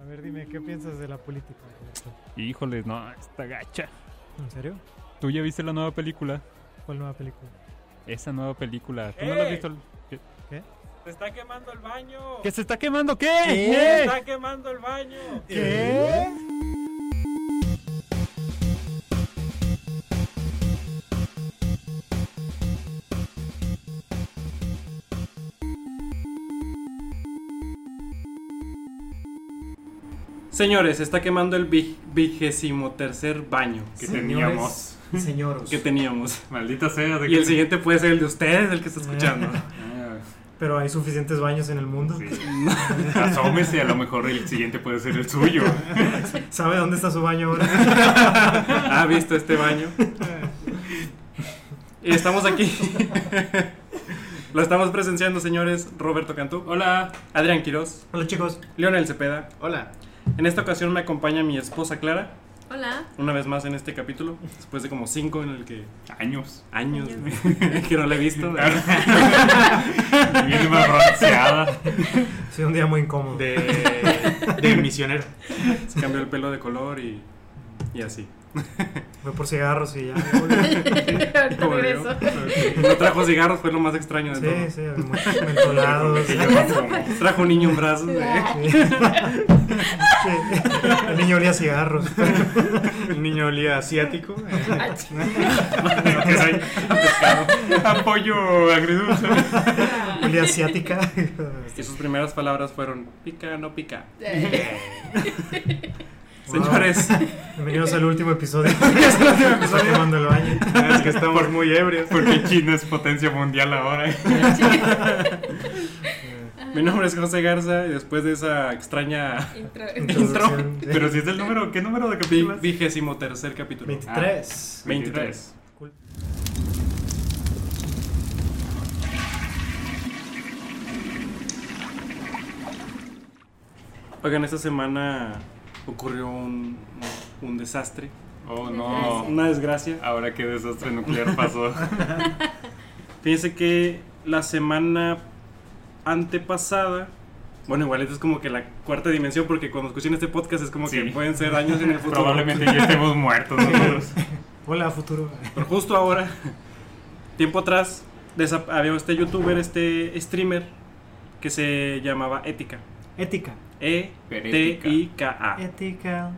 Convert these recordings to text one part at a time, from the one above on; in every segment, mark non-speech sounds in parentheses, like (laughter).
A ver, dime, ¿qué piensas de la política? Híjole, no, está gacha. ¿En serio? ¿Tú ya viste la nueva película? ¿Cuál nueva película? Esa nueva película. ¿Tú no la has ¡Eh! visto? ¿Qué? Se está quemando el baño. ¿Que se está quemando? ¿Qué? Se ¿Qué? está quemando el baño. Eh, Señores, se está quemando el vi- vigésimo tercer baño Que Señores. teníamos. Señoros. que teníamos. Maldita sea. De Y el que- siguiente puede ser el de ustedes, el que está (laughs) escuchando. Ah, Pero hay suficientes baños en el mundo. sí. (laughs) Asómese, a lo mejor el siguiente puede ser el suyo. ¿Sabe dónde está su baño ahora? (laughs) ¿Ha visto este baño? Y estamos aquí. (laughs) Lo estamos presenciando, señores. Roberto Cantú. Hola. Adrián Quirós. Hola chicos. Leonel Cepeda. Hola. En esta ocasión me acompaña mi esposa Clara. Hola. (laughs) Una vez más en este capítulo. Después de como cinco en el que. Años. Años. (laughs) que no la he visto. (laughs) Bien más (laughs) bronceada. Sí, un día muy incómodo. (laughs) De, de misionero. Se cambió el pelo de color y. Y así. Fue por cigarros (laughs) y ya. Ahorita Como yo. regreso. (laughs) No trajo cigarros, fue lo más extraño de Sí, todo. sí, muy mentolados. Porque yo no fumo. Trajo un niño en brazos. ¿eh? Sí. Sí. El niño olía a cigarros. El niño olía asiático. Ah, Lo que soy. Pescado. Apoyo agridulce. Olía asiática. Y sus primeras palabras fueron: pica, no pica. eh, Wow. Señores, Bienvenidos al último episodio. (laughs) Está quemando el baño. (laughs) Es que estamos muy ebrios. Porque China es potencia mundial ahora. mi nombre es José Garza y después de esa extraña intro. (laughs) Introducción. Sí. Pero si es el número, ¿qué número de vi- capítulos? vigésimo tercer capítulo. 23. 23. Cool. Oigan, esta semana ocurrió un, un desastre, Oh no. una desgracia. Ahora qué desastre nuclear pasó. Fíjense que la semana antepasada, bueno, igual esto es como que la cuarta dimensión, porque cuando escuchen este podcast es como Sí. que pueden ser años (laughs) en el futuro. Probablemente ya estemos muertos nosotros. Hola, futuro. Pero justo ahora, tiempo atrás, desa- había este youtuber, este streamer, que se llamaba Ética. E Ética. Ah. E-T-I-K-A. (laughs) Ética.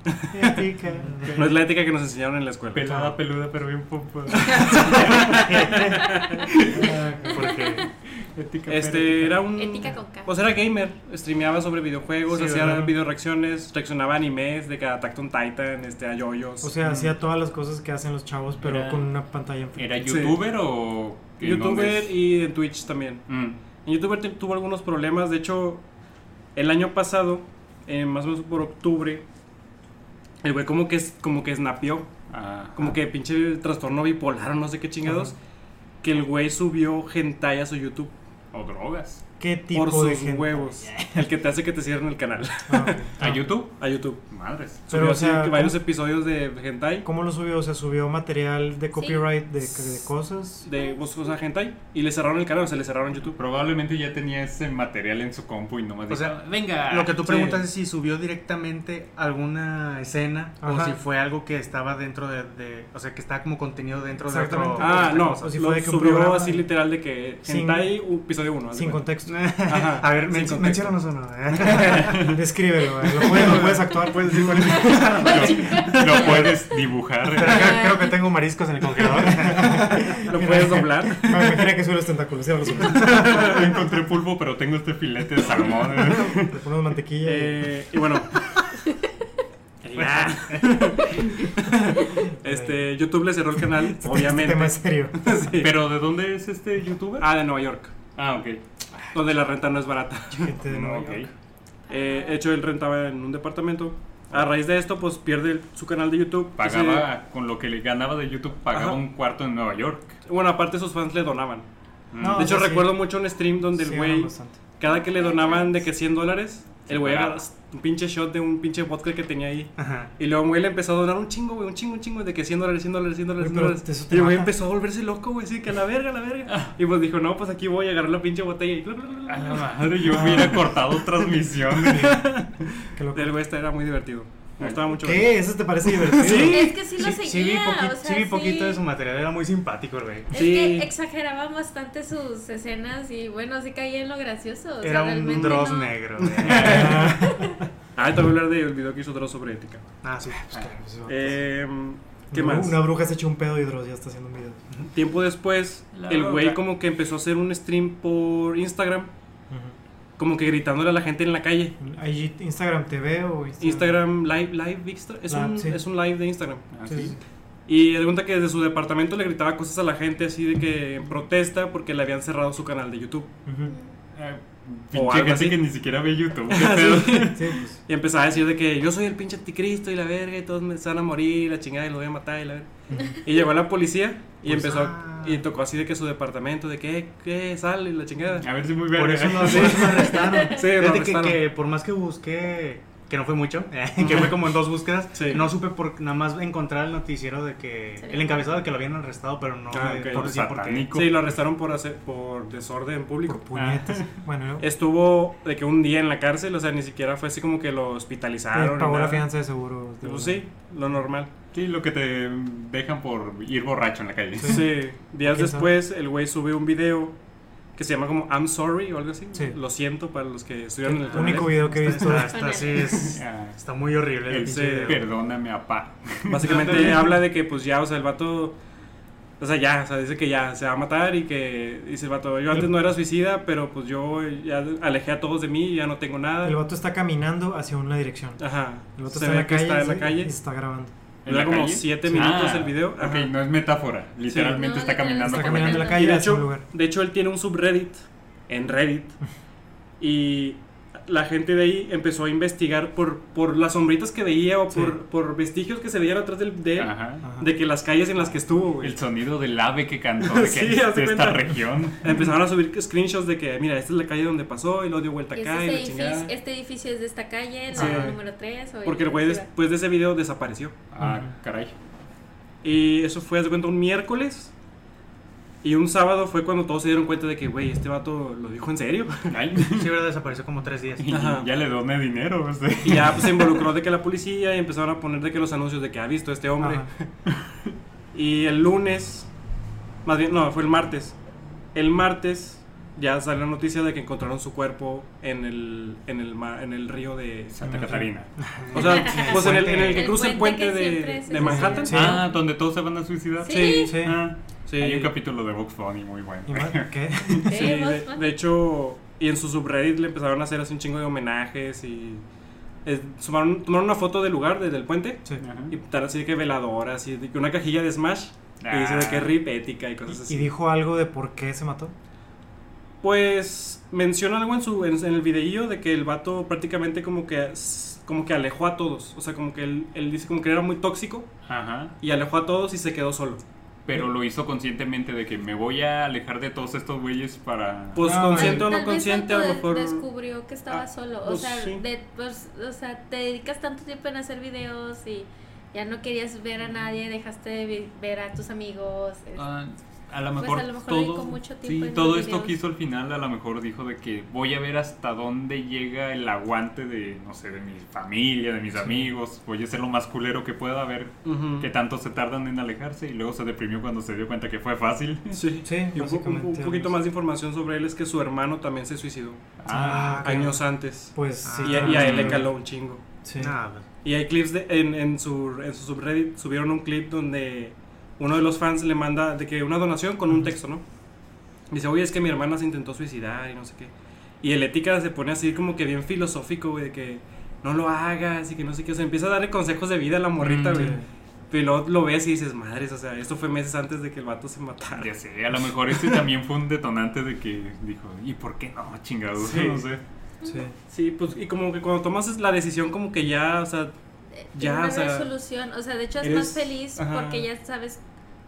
Ética. No es la ética que nos enseñaron en la escuela. Pelada, peluda, pero bien pompa. (laughs) Porque. Ética, Este era un. Ética con K. Pues era gamer. Streameaba sobre videojuegos, Sí, hacía ¿verdad? video reacciones, reaccionaba a animes de cada Attack on Titan, este, a yoyos. O sea, hacía todas las cosas que hacen los chavos, pero Era- con una pantalla enfrente. ¿Era Sí. youtuber o.? qué? youtuber ¿Dónde es? y en Twitch también. Mm. En youtuber te- tuvo algunos problemas. De hecho, el año pasado, eh, más o menos por octubre, el güey como que, es- como que snapeó. Ah. Como que pinche trastorno bipolar o no sé qué chingados. Ajá. Que el güey subió hentai a su YouTube. O drogas. ¿Qué tipo Por sus de gente? (laughs) huevos. El que te hace que te cierren el canal. Ah, ok. ¿A YouTube? A YouTube. Madres. Pero, Pero o sea, varios ¿cómo- episodios de hentai. ¿Cómo lo subió? O sea, subió material de copyright de, de cosas. De vos o sea, hentai. Y le cerraron el canal, o sea, le cerraron YouTube. Probablemente ya tenía ese material en su compu y nomás O dijo, sea, venga. Lo que tú Sí. preguntas es si subió directamente alguna escena Ajá. o si fue algo que estaba dentro de, de- o sea, que está como contenido dentro de otro. Exactamente. Ah, otra no. cosa. O si lo fue de que un subió programa- así literal de que Sin- hentai u- episodio 1. Sin contexto. Ah, Ajá, A ver, sin men- contexto. menciónanos uno. Descríbelo, eh, (laughs) lo puedes, lo puedes actuar. Puedes decir, (laughs) bueno, Lo, (laughs) lo puedes dibujar. Creo, creo que tengo mariscos en el congelador. (laughs) Lo puedes (laughs) doblar. me imagino que sube los tentáculos, sí, ahora sube. Encontré pulpo, pero tengo este filete de salmón. Le ponemos mantequilla. y- (laughs) Eh, y bueno. (laughs) Ya. (laughs) este, YouTube le cerró el (laughs) canal, Este tema es obviamente. serio. Sí. Pero ¿de dónde es este youtuber? Ah, de Nueva York, Ah, ok. donde la renta no es barata. Gente de Mm. No, Nueva ok. York. Eh, de hecho, él rentaba en un departamento. A raíz de esto, pues pierde el- su canal de YouTube. Pagaba, con lo que le ganaba de YouTube, pagaba Ajá. un cuarto en Nueva York. Ese- bueno, aparte sus fans le donaban. No, de o hecho, sea, sí. recuerdo mucho un stream donde Sí, el ganan güey, bastante. cada que le donaban de que 100 dólares, El güey pagaba. agarra un pinche shot de un pinche vodka que tenía ahí. Ajá. Y luego, güey, le empezó a donar un chingo, güey, un chingo, un chingo, de que 100 dólares, 100 dólares, 100 dólares, Güey, 100 pero dólares. eso te Y el güey mata. empezó a volverse loco, güey, así que a la verga, a la verga. Y pues dijo, no, pues aquí voy a agarrar la pinche botella. Y bla, bla, bla, A bla. (laughs) la madre, yo hubiera cortado transmisión. güey. Qué loco. El güey este era muy divertido. Me gustaba mucho. güey. ¿Qué? ¿Eso te (laughs) parece divertido? Sí. Es que sí lo seguía. vi, poqui- o sea, sí vi poquito de su material, era muy simpático, güey. Es Sí. que exageraban bastante sus escenas y bueno, sí caía en lo gracioso. o sea, Era un realmente dross no- (laughs) negro, güey. Ah, te voy a hablar del video que hizo Dross sobre ética. Ah, sí. Pues claro, pues, Eh, ¿Qué una- más? Una bruja se echó un pedo y Dross ya está haciendo un video. Tiempo después, La el güey boca. como que empezó a hacer un stream por Instagram, Ujú. como que gritándole a la gente en la calle. IG, Instagram TV o Instagram Live, live Vixtra- es, Ah, un, sí. es un live de Instagram. Ah, Sí, sí, sí. sí. Y de cuenta que desde su departamento le gritaba cosas a la gente así de que en protesta porque le habían cerrado su canal de YouTube. Ujú. Ah, O Pinche algo gente así. Ah, que ni siquiera ve (laughs) YouTube. ¿qué pedo? Sí, pues. Y empezaba a decir de que yo soy el pinche anticristo y la verga y todos me se van a morir, la chingada y lo voy a matar y la verga. Y llegó la policía y Pues, empezó ah. y tocó así de que su departamento de que "Eh, qué sale y la chingada. A ver si muy Por verga. eso (laughs) no por eso me arrestaron. Sí, lo Fíjate que, arrestaron. que por más que busqué, que no fue mucho, (laughs) que fue como en dos búsquedas, Sí. no supe por nada más encontrar el noticiero de que Sí. el encabezado de que lo habían arrestado, pero no Ah, me- ok. (laughs) no Por decía por qué. satánico. Sí, lo arrestaron por hacer por desorden público. Por puñetas. (laughs) Bueno, ¿no? Estuvo de que un día en la cárcel, o sea, ni siquiera fue así como que lo hospitalizaron. Eh, ni pagó la nada. fianza de seguro. de- Pues sí, lo normal. Sí, lo que te dejan por ir borracho en la calle. Sí. ¿Quién Días sabe? después, el güey sube un video que se llama como I'm sorry o algo así. Sí. Lo siento para los que estuvieron en el El único canal. video que he visto. Está, está- sí, es- (laughs) Ah, está muy horrible. el él pinche se- video. perdóname, apá. Básicamente (laughs) habla de que, pues ya, o sea, el vato. O sea, ya, o sea, dice que ya se va a matar y que dice el vato, yo antes no era suicida, pero pues yo ya alejé a todos de mí, ya no tengo nada. El vato está caminando hacia una dirección. Ajá. El vato Se está en ve la que calle, está en la sí, calle. y se está grabando. Dura la como calle? Ah, siete minutos el video, ok, ajá. no es metáfora. Literalmente No, está literalmente caminando. Está por la caminando en la calle calle. de hacia un hecho, lugar. de hecho, él tiene un subreddit en Reddit. Y la gente de ahí empezó a investigar por, por las sombritas que veía o Sí. por, por vestigios que se veían atrás del- de él. Ajá. Ajá. De que las calles en las que estuvo, Ah, güey. El sonido del ave que (laughs) cantó de, que Sí, de haz de esta cuenta. región. Empezaron a subir screenshots de que, mira, esta es la calle donde pasó y luego dio vuelta Y es acá y este, la chingada. edificio, este edificio es de esta calle, la Sí. número 3. Porque el güey después de ese video desapareció. Ah, caray. Y eso fue, haz de cuenta, un miércoles. Y un sábado fue cuando todos se dieron cuenta de que, güey, este vato lo dijo en serio. (laughs) Ay, Sí, verdad, desapareció como tres (laughs) días. y Ajá. ya le doné dinero. o sea. Y ya pues, se involucró de que la policía y empezaron a poner de que los anuncios de que ha visto a este hombre. Ajá. Y el lunes, más bien, no, fue el martes. El martes ya salió la noticia de que encontraron su cuerpo en el, en el, ma- en el río de... Santa Catarina. O sea, pues en el, en el que El cruza el puente puente que de, siempre se de Manhattan. Sí. Ah, donde todos se van a suicidar. Sí. Sí. Ah, Sí. Hay un capítulo de Vox Funny muy bueno. ¿Y (laughs) más? ¿Qué? (laughs) Sí, de, de hecho, y en su subreddit le empezaron a hacer así un chingo de homenajes y... eh, sumaron- tomaron una foto del lugar, desde el puente. Sí. Ajá. Y tal así de que veladoras así de que una cajilla de Smash que dice de que rip ética y cosas Ah. ¿Y así. dijo algo de por qué se mató? Pues menciona algo en su en, en el videillo de que el vato prácticamente como que s- como que alejó a todos, o sea, como que él, él dice como que era muy tóxico Ajá. y alejó a todos y se quedó solo. Pero lo hizo conscientemente de que me voy a alejar de todos estos güeyes para... Pues Ah, consciente o Tal no vez consciente a cuando lo de- mejor descubrió que estaba Ah, solo. O, pues sea, sí. de- pues, o sea, te dedicas tanto tiempo en hacer videos y ya no querías ver a nadie, dejaste de vi- ver a tus amigos. es- Ah, a lo Pues, mejor, a lo mejor todo, dedicó mucho tiempo sí, en los todo esto videos. que hizo al final a lo mejor dijo de que voy a ver hasta dónde llega el aguante de, no sé, de mi familia, de mis amigos, voy a ser lo más culero que pueda, a ver Ujú. qué tanto se tardan en alejarse y luego se deprimió cuando se dio cuenta que fue fácil. Sí. Sí, Y un, po- un- básicamente, un poquito algo más de información sobre él es que su hermano también se suicidó Ah, Ah, años antes. Pues Ah. sí. Y, a- y a él le caló un chingo. Sí. Nah, pues, Y hay clips de, en, en, su, en su subreddit, subieron un clip donde uno de los fans le manda de que una donación con un texto, ¿no? Dice, oye, es que mi hermana se intentó suicidar y no sé qué. Y el ética se pone así como que bien filosófico, güey, de que no lo hagas y que no sé qué. O sea, empieza a darle consejos de vida a la morrita, Mm, güey. sí. Pero luego lo ves y dices, madres, o sea, esto fue meses antes de que el vato se matara. Ah, ya sé, a lo mejor este también fue un detonante de que dijo, ¿y por qué no, chingados? (laughs) Sí. No sé. Sí. Sí, pues, y como que cuando tomas la decisión, como que ya, o sea, eh, ya, una o sea, resolución. O sea, de hecho es eres- más feliz ajá. porque ya sabes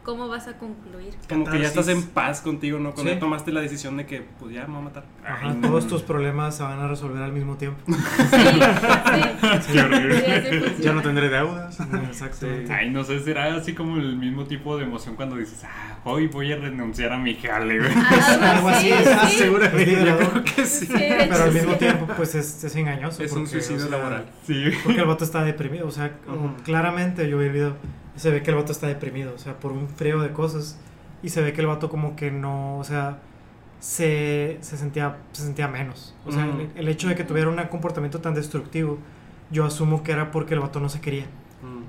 cómo vas a concluir. (laughs) Como que ya estás Catarsis. en paz contigo, ¿no? Cuando Sí. ya tomaste la decisión de que, pues ya me voy a matar. Ajá, Ay, no. todos tus problemas se van a resolver al mismo tiempo. Sí, (laughs) sí. (laughs) Qué Sí, horrible. así funciona. pues, Ya no tendré deudas. Exactamente. Ay, no sé, será así como el mismo tipo de emoción cuando dices, ah, hoy voy a renunciar a mi jale, güey. (laughs) Ah, (laughs) Algo así es, sí, sí. seguramente. Sí, de hecho, Pero al mismo sí. tiempo, pues es, es engañoso. Es un porque, suicidio o sea, laboral. Sí. Porque el vato está deprimido, o sea, como Ujú. claramente yo vi el video, se ve que el vato está deprimido, o sea, por un frío de cosas, y se ve que el vato como que no, o sea, se, se sentía, se sentía menos. O sea, Ujú. el, el hecho de que tuviera un comportamiento tan destructivo, yo asumo que era porque el vato no se quería.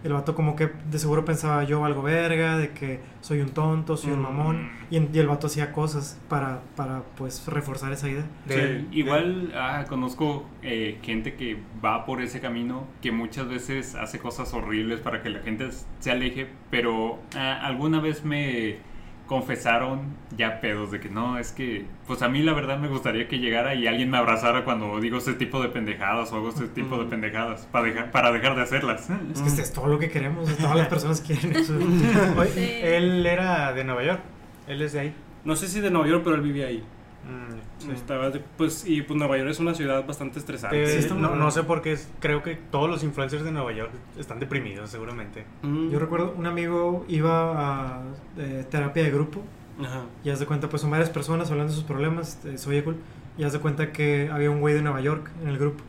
El vato como que de seguro pensaba yo algo verga, de que soy un tonto, soy un Mm. mamón, y, en- y el vato hacía cosas para, para pues reforzar esa idea. De- Sí. Igual ah, conozco eh, gente que va por ese camino, que muchas veces hace cosas horribles para que la gente s- se aleje, pero ah, alguna vez me confesaron ya pedos de que no, es que pues a mí la verdad me gustaría que llegara y alguien me abrazara cuando digo ese tipo de pendejadas o hago ese tipo de Ujú. pendejadas para dejar, para dejar de hacerlas. (laughs) Es que este es todo lo que queremos, todas las (laughs) personas quieren eso. (laughs) Oye, Sí. Él era de Nueva York. Él es de ahí. No sé si de Nueva York, pero él vivía ahí. Mm, sí. Estaba de- pues, y pues Nueva York es una ciudad bastante Eh, estresante. Sí, está muy no, raro. no sé por qué. es- Creo que todos los influencers de Nueva York están deprimidos, seguramente. Mm. Yo recuerdo un amigo iba a eh, terapia de grupo Ajá. y haz de cuenta, pues son varias personas hablando de sus problemas, eh, soy cool, y haz de cuenta que había un güey de Nueva York en el grupo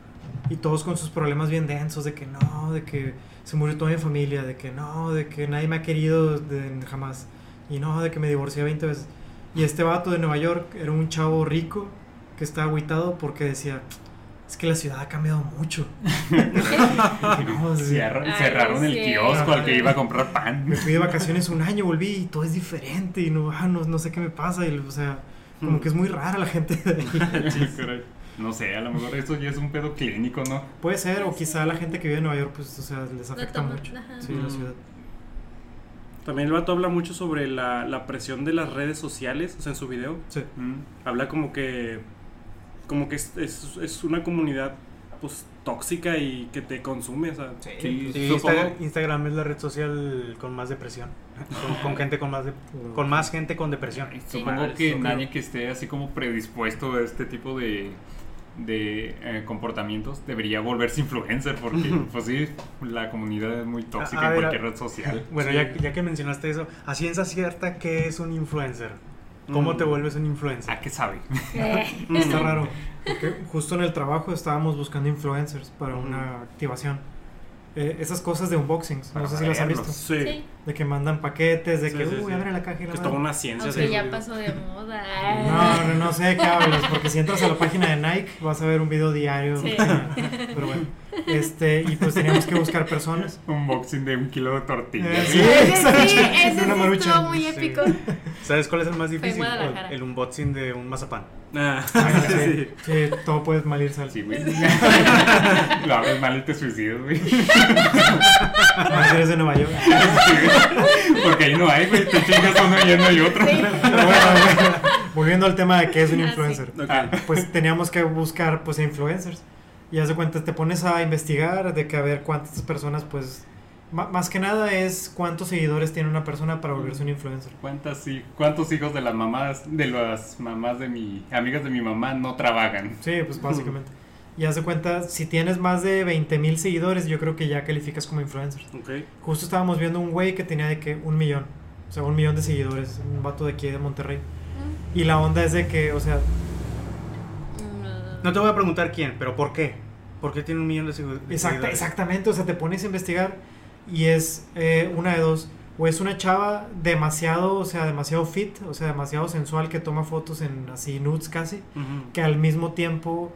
y todos con sus problemas bien densos de que no, de que se murió toda mi familia, de que no, de que nadie me ha querido de- jamás y no, de que me divorcié 20 veces. Y este vato de Nueva York era un chavo rico que estaba agüitado porque decía, es que la ciudad ha cambiado mucho. (laughs) No, sí. Cierra- Ay, cerraron el sí. kiosco al que iba a comprar pan. (laughs) me fui de vacaciones un año, volví y todo es diferente y no, ah, no, no sé qué me pasa. Y, o sea, como que es muy rara la gente de ahí. (laughs) Caray. No sé, a lo mejor eso ya es un pedo clínico, ¿no? Puede ser, o quizá la gente que vive en Nueva York, pues, o sea, les afecta toma- mucho. ajá. Sí, la Mm. ciudad. También el vato habla mucho sobre la, la presión de las redes sociales, o sea, en su video. Sí. Mm. Habla como que, como que es, es- es una comunidad pues tóxica y que te consume, o sea, Sí, Sí, supongo- Insta- Instagram es la red social con más depresión. Con, con gente con más de- con más gente con depresión. Sí. Supongo Madres, que ok. nadie que esté así como predispuesto a este tipo de, de eh, comportamientos debería volverse influencer (laughs) porque pues sí, la comunidad es muy tóxica A- a en ver, cualquier a- red social. Bueno, Sí. ya, ya que mencionaste eso, a ciencia cierta, ¿qué es un influencer? ¿Cómo Mm. te vuelves un influencer? ¿A qué sabe? (laughs) (laughs) Eh, Mm. Está raro. Porque justo en el trabajo estábamos buscando influencers para una activación. Eh, esas cosas de unboxings, no Para sé si las han verlos. visto. Sí, sí, De que mandan paquetes, de Sí, que, sí, uy, sí. abre la caja y la que es madre". toda una ciencia. aunque sí. ya pasó de moda. No, no, no sé de qué hablas, porque si entras a la página de Nike vas a ver un video diario. Sí. (laughs) Pero bueno, este, y pues teníamos que buscar (laughs) personas. Unboxing de un kilo de tortillas. Eh, Sí, Sí, (laughs) ese exacto. sí, De ese una sí marucha. estuvo muy Sí. épico. ¿Sabes cuál es el más en difícil? Guadalajara. El, el unboxing de un mazapán. Ah, Ah, (laughs) sí, sí. sí, sí, todo puede mal irse al Sí, güey. (laughs) Lo abres mal y te suicidas, güey. Más si eres de Nueva York. (laughs) Porque ahí no hay, güey. Te chingas uno y ya no hay otro. Sí. Pero (laughs) bueno, bueno, volviendo al tema de qué es un Ah, sí. influencer. Ok. Ah, Pues teníamos que buscar pues influencers. Y haz de cuenta, te pones a investigar de que a ver cuántas personas pues... ma- Más que nada es cuántos seguidores tiene una persona para volverse un influencer. ¿Cuántas, hi- ¿Cuántos hijos de las mamás, de las mamás de mi, amigas de mi mamá no trabajan? Sí, pues básicamente. Y haz de cuenta, si tienes más de 20 mil seguidores, yo creo que ya calificas como influencer. Ok. Justo estábamos viendo un güey que tenía de que un millón, o sea, un millón de seguidores, un vato de aquí de Monterrey. Y la onda es de que, o sea, Mm. No te voy a preguntar quién, pero ¿por qué? ¿Por qué tiene un millón de segu- de seguidores? exacta, exactamente, o sea, te pones a investigar y es eh, una de dos. O es una chava demasiado, o sea, demasiado fit, o sea, demasiado sensual que toma fotos en así nudes casi. Ujú. que al mismo tiempo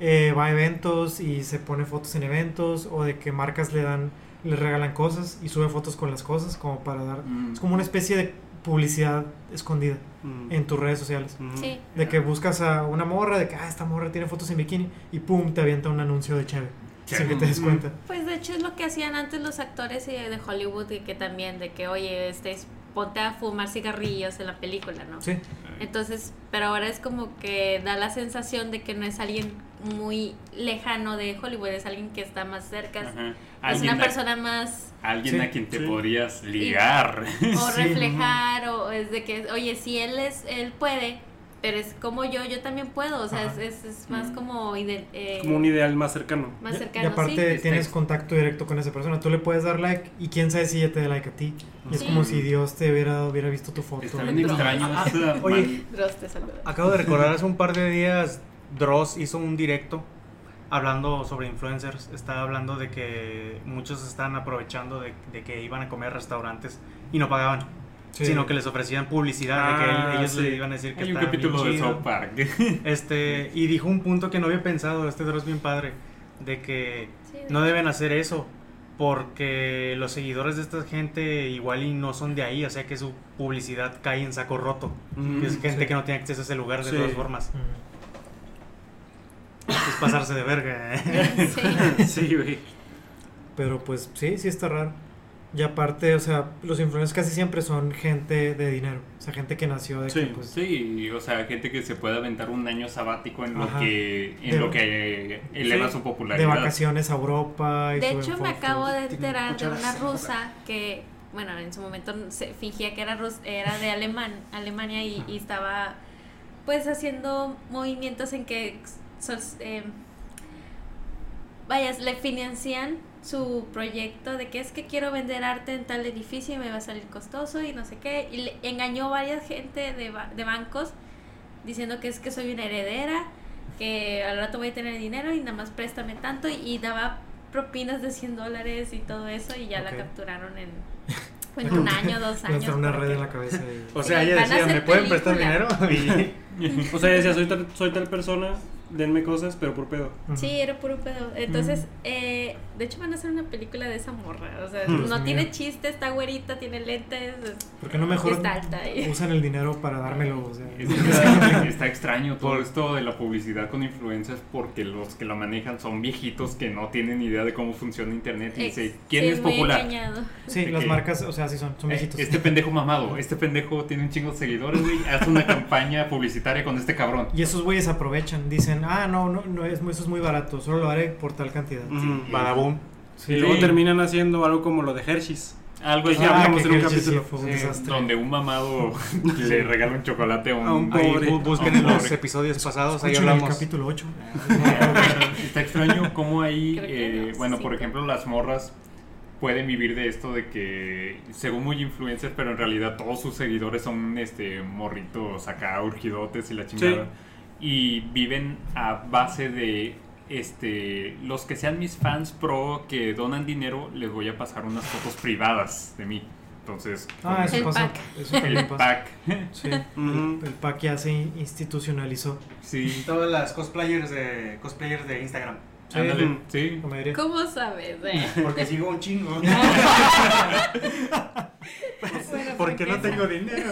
eh, va a eventos y se pone fotos en eventos o de que marcas le dan le regalan cosas y sube fotos con las cosas como para dar Mm. es como una especie de publicidad escondida Mm. en tus redes sociales Ujú. Sí. de que buscas a una morra de que ah esta morra tiene fotos en bikini y pum te avienta un anuncio de cheve sin que te des cuenta Pues de hecho es lo que hacían antes los actores eh, de Hollywood y que también de que oye, este es- ponte a fumar cigarrillos en la película, ¿no? sí Entonces, pero ahora es como que da la sensación de que no es alguien muy lejano de Hollywood, es alguien que está más cerca, es- Ajá. es una Alguien, a, (laughs) persona más alguien Sí, a quien te sí. podrías ligar. o Sí, reflejar o es de que, oye, si él es, él puede, pero es como yo, yo también puedo, o sea, es, Ajá. es- es más Mm. como, ide- eh, Como un ideal más cercano. más Y- cercano, y aparte sí. tienes Exacto. contacto directo con esa persona. Tú le puedes dar like y quién sabe si ella te da like a ti. Y es Sí. como si Dios te hubiera, hubiera visto tu foto. Está bien extraño. Ah, esa man- oye. sí. Dross te saluda. Ah, Acabo de recordar hace un par de días, Dross hizo un directo hablando sobre influencers. Estaba hablando de que muchos están aprovechando de, de que iban a comer a restaurantes y no pagaban, Sí. sino que les ofrecían publicidad, de que Ah, él- ellos sí. le iban a decir que Hay un estaba bien capítulo de chido. South Park. Este, y dijo un punto que no había pensado, este Dross bien padre, de que Sí, de- no deben hacer eso porque los seguidores de esta gente igual y no son de ahí, o sea que su publicidad cae en saco roto. Mm, Y es gente sí. que no tiene acceso a ese lugar de Sí. todas formas. Mm. Es pues, pasarse de verga. ¿eh? (laughs) Sí. (laughs) Sí, güey. Pero pues sí, sí está raro. Y aparte, o sea, los influencers casi siempre son gente de dinero. O sea, gente que nació de Sí, que, pues, Sí, o sea, gente que se puede aventar un año sabático en lo Ajá. que, en De- lo que eleva Sí, su popularidad. de vacaciones a Europa. Y De suben hecho, me fotos. acabo de enterar de cucharas una en la boca. rusa que, bueno, en su momento se fingía que era rus- era de Alemán, Alemania y, y estaba pues haciendo movimientos en que so- eh, vayas, le financian su proyecto de que es que quiero vender arte en tal edificio y me va a salir costoso y no sé qué. Y le engañó varias gente de, ba- de bancos diciendo que es que soy una heredera, que al rato voy a tener dinero y nada más préstame tanto y daba propinas de 100 dólares y todo eso y ya Ok. la capturaron (laughs) en, en (laughs) un año, dos Lanzar años. una red porque- en la cabeza. y- O sea, Sí, ella van a decía, hacer ¿me (laughs) pueden prestar dinero? película". Y- O sea, decía, soy tal, soy tal persona, denme cosas, pero por pedo. Ujú. (laughs) Sí, era puro pedo. Entonces, eh, de hecho van a hacer una película de esa morra. O sea, Dios no mío. tiene chiste, está güerita, tiene lentes. es- ¿Por qué no mejor Está alta y- usan el dinero para dármelo? O (laughs) sea, Es (laughs) que está, está extraño todo esto de la publicidad con influencers porque los que la manejan son viejitos que no tienen idea de cómo funciona internet y ex- dice, ¿quién sí, es muy popular? engañado. sí, de las que- marcas, o sea, sí son, son Eh, viejitos. Este pendejo mamado, este pendejo tiene un chingo de seguidores, güey. Haz (laughs) una campaña publicitaria con este cabrón. Y esos güeyes aprovechan, dicen, ah, no, no, no es, muy- eso es muy barato, solo lo haré por tal cantidad. Mm. (laughs) Badaboom. Y luego terminan haciendo algo como lo de Hershey's. Algo Pues así. ya Ah, hablamos que en un Hershey sí capítulo. fue un Sí, desastre. donde un (laughs) mamado le regala un chocolate a un, A un Ahí Pobre. bu- busquen en Pobre. los episodios pasados, ahí Escuchen el hablamos. capítulo 8. Ah. (laughs) (laughs) Está extraño cómo ahí, Creo que eh, no, bueno, sí. por ejemplo, las morras pueden vivir de esto de que, según muy influencers, pero en realidad todos sus seguidores son este morritos acá, urgidotes y la chingada. Y viven a base de este los que sean mis fans pro que donan dinero, les voy a pasar unas fotos privadas de mí. Entonces, Ah, El eso (laughs) pues. pasa. pack. Eso el también pasa. pack. Sí, Ujú. el, el pack ya se institucionalizó. Sí, Todas las cosplayers de, cosplayers de Instagram. Sí. ándale, sí. La mayoría. ¿Cómo (laughs) sabes? eh? Porque sigo un (laughs) chingo. Bueno, Porque no esa- tengo (laughs) dinero.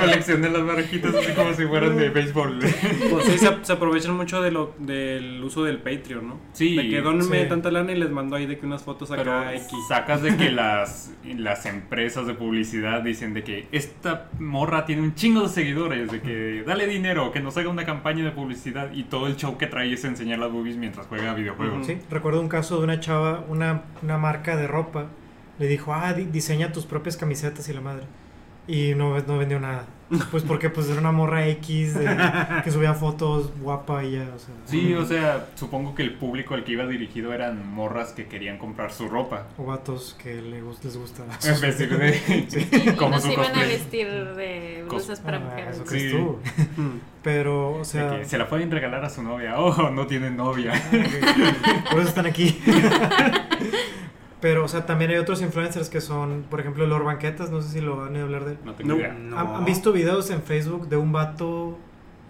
Colección de las barajitas así como si fueran Mm. de béisbol. Pues sí, se, se aprovechan mucho de lo, del uso del Patreon, ¿no? Sí. De que donenme Sí. tanta lana y les mando ahí de que unas fotos Pero acá. X. sacas (laughs) de que las, las empresas de publicidad dicen de que esta morra tiene un chingo de seguidores, de que dale dinero, que nos haga una campaña de publicidad y todo el show que trae es enseñar las boobies mientras juega videojuegos. Sí, recuerdo un caso de una chava, una, una marca de ropa, le dijo, ah, di- diseña tus propias camisetas y la madre. Y no, no vendió nada. Pues porque pues era una morra X (laughs) de- que subía fotos guapa y ya, o sea. Sí, o sea, supongo que el público al que iba dirigido eran morras que querían comprar su ropa. (laughs) O vatos que le gus- les gusta. (laughs) En vez de- Y como nos su iban a cosplay. vestir de blusas para Ah, mujeres. eso crees Sí. tú. Pero, o De sea, que se la pueden regalar a su novia. Oh, no tienen novia. (laughs) por eso están (laughs) aquí. Pero, o sea, también hay otros influencers que son, por ejemplo, Lord Banquetas, no sé si lo van a hablar de él. No tengo No. idea. ¿Han, han visto videos en Facebook de un vato,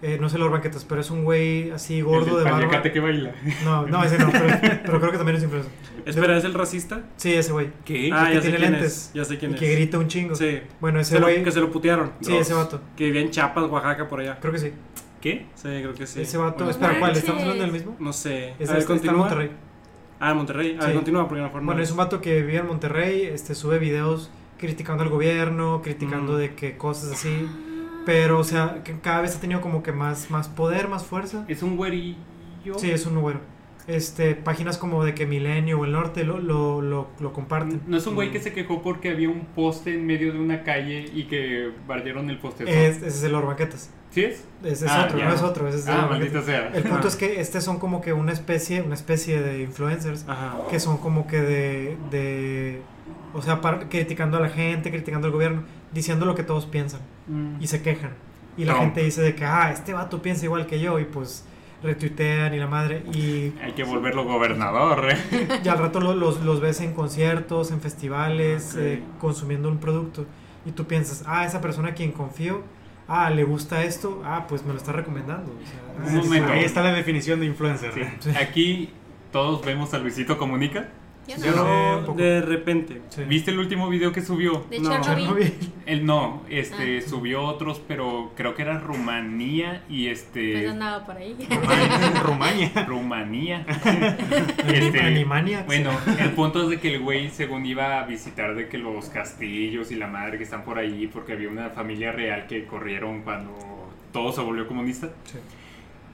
eh, no sé Lord Banquetas, pero es un güey así gordo el de del barba? paliacate que baila. No, no, ese no, pero, pero creo que también es influencer. Espera, ¿es el racista? Sí, ese güey. ¿Qué? Este que tiene quién lentes. es, Ya sé quién Y es. que grita un chingo. Sí. Bueno, Se ese lo- güey. que se lo putearon. Sí, ese vato. Que vivía en Chiapas, Oaxaca, por allá. Creo que sí. ¿Qué? Sí, creo que sí. Ese vato. Bueno, espera, ¿cuál? manches. ¿Estamos hablando del mismo? No sé. Es a este, está ver, en continúa. Monterrey. Ah, en Monterrey. A ver, Sí. continúa, porque a lo mejor no. Bueno, es un vato que vive en Monterrey, este, sube videos criticando al gobierno, criticando Mm. de que cosas así. Pero, o sea, que cada vez ha tenido como que más, más poder, más fuerza. Es un güerillo yo. Sí, es un número. Este, páginas como de que Milenio o El Norte lo, lo, lo, lo comparten. No es un Mm. güey que se quejó porque había un poste en medio de una calle y que bardearon el poste. Es- ese es el Orbanquetas. ¿Sí es? Ese es Ah, otro, ya. no es otro. Ese es el Ah, Orbanquetas. maldita sea. El (laughs) punto es que este son como que una especie, una especie de influencers Ajá. que son como que de, de o sea, par- criticando a la gente, criticando al gobierno, diciendo lo que todos piensan Mm. y se quejan. Y la Trump. gente dice de que, ah, este vato piensa igual que yo y pues retuitean y la madre y Hay que volverlo gobernador. ¿eh? y al rato lo- los, los ves en conciertos, en festivales, Ok. eh, consumiendo un producto y tú piensas, ah, esa persona a quien confío, ah, le gusta esto, ah, pues me lo está recomendando. o sea, Un momento. Ahí está la definición de influencer. Sí. Sí. Aquí todos vemos a Luisito Comunica. Yo Yo no. Eh, un no, poco. de repente. sí. ¿Viste el último video que subió? De No, Chernobyl. Chernobyl. Él no, este, subió otros, pero creo que era Rumanía y Pues este... andaba por ahí. Rumania. (laughs) (laughs) (laughs) Rumania. Rumanía. Anim- (laughs) Este, Animaniacs. Bueno, el punto es de que el güey, según iba a visitar de que los castillos y la madre que están por ahí, porque había una familia real que corrieron cuando todo se volvió comunista. Sí.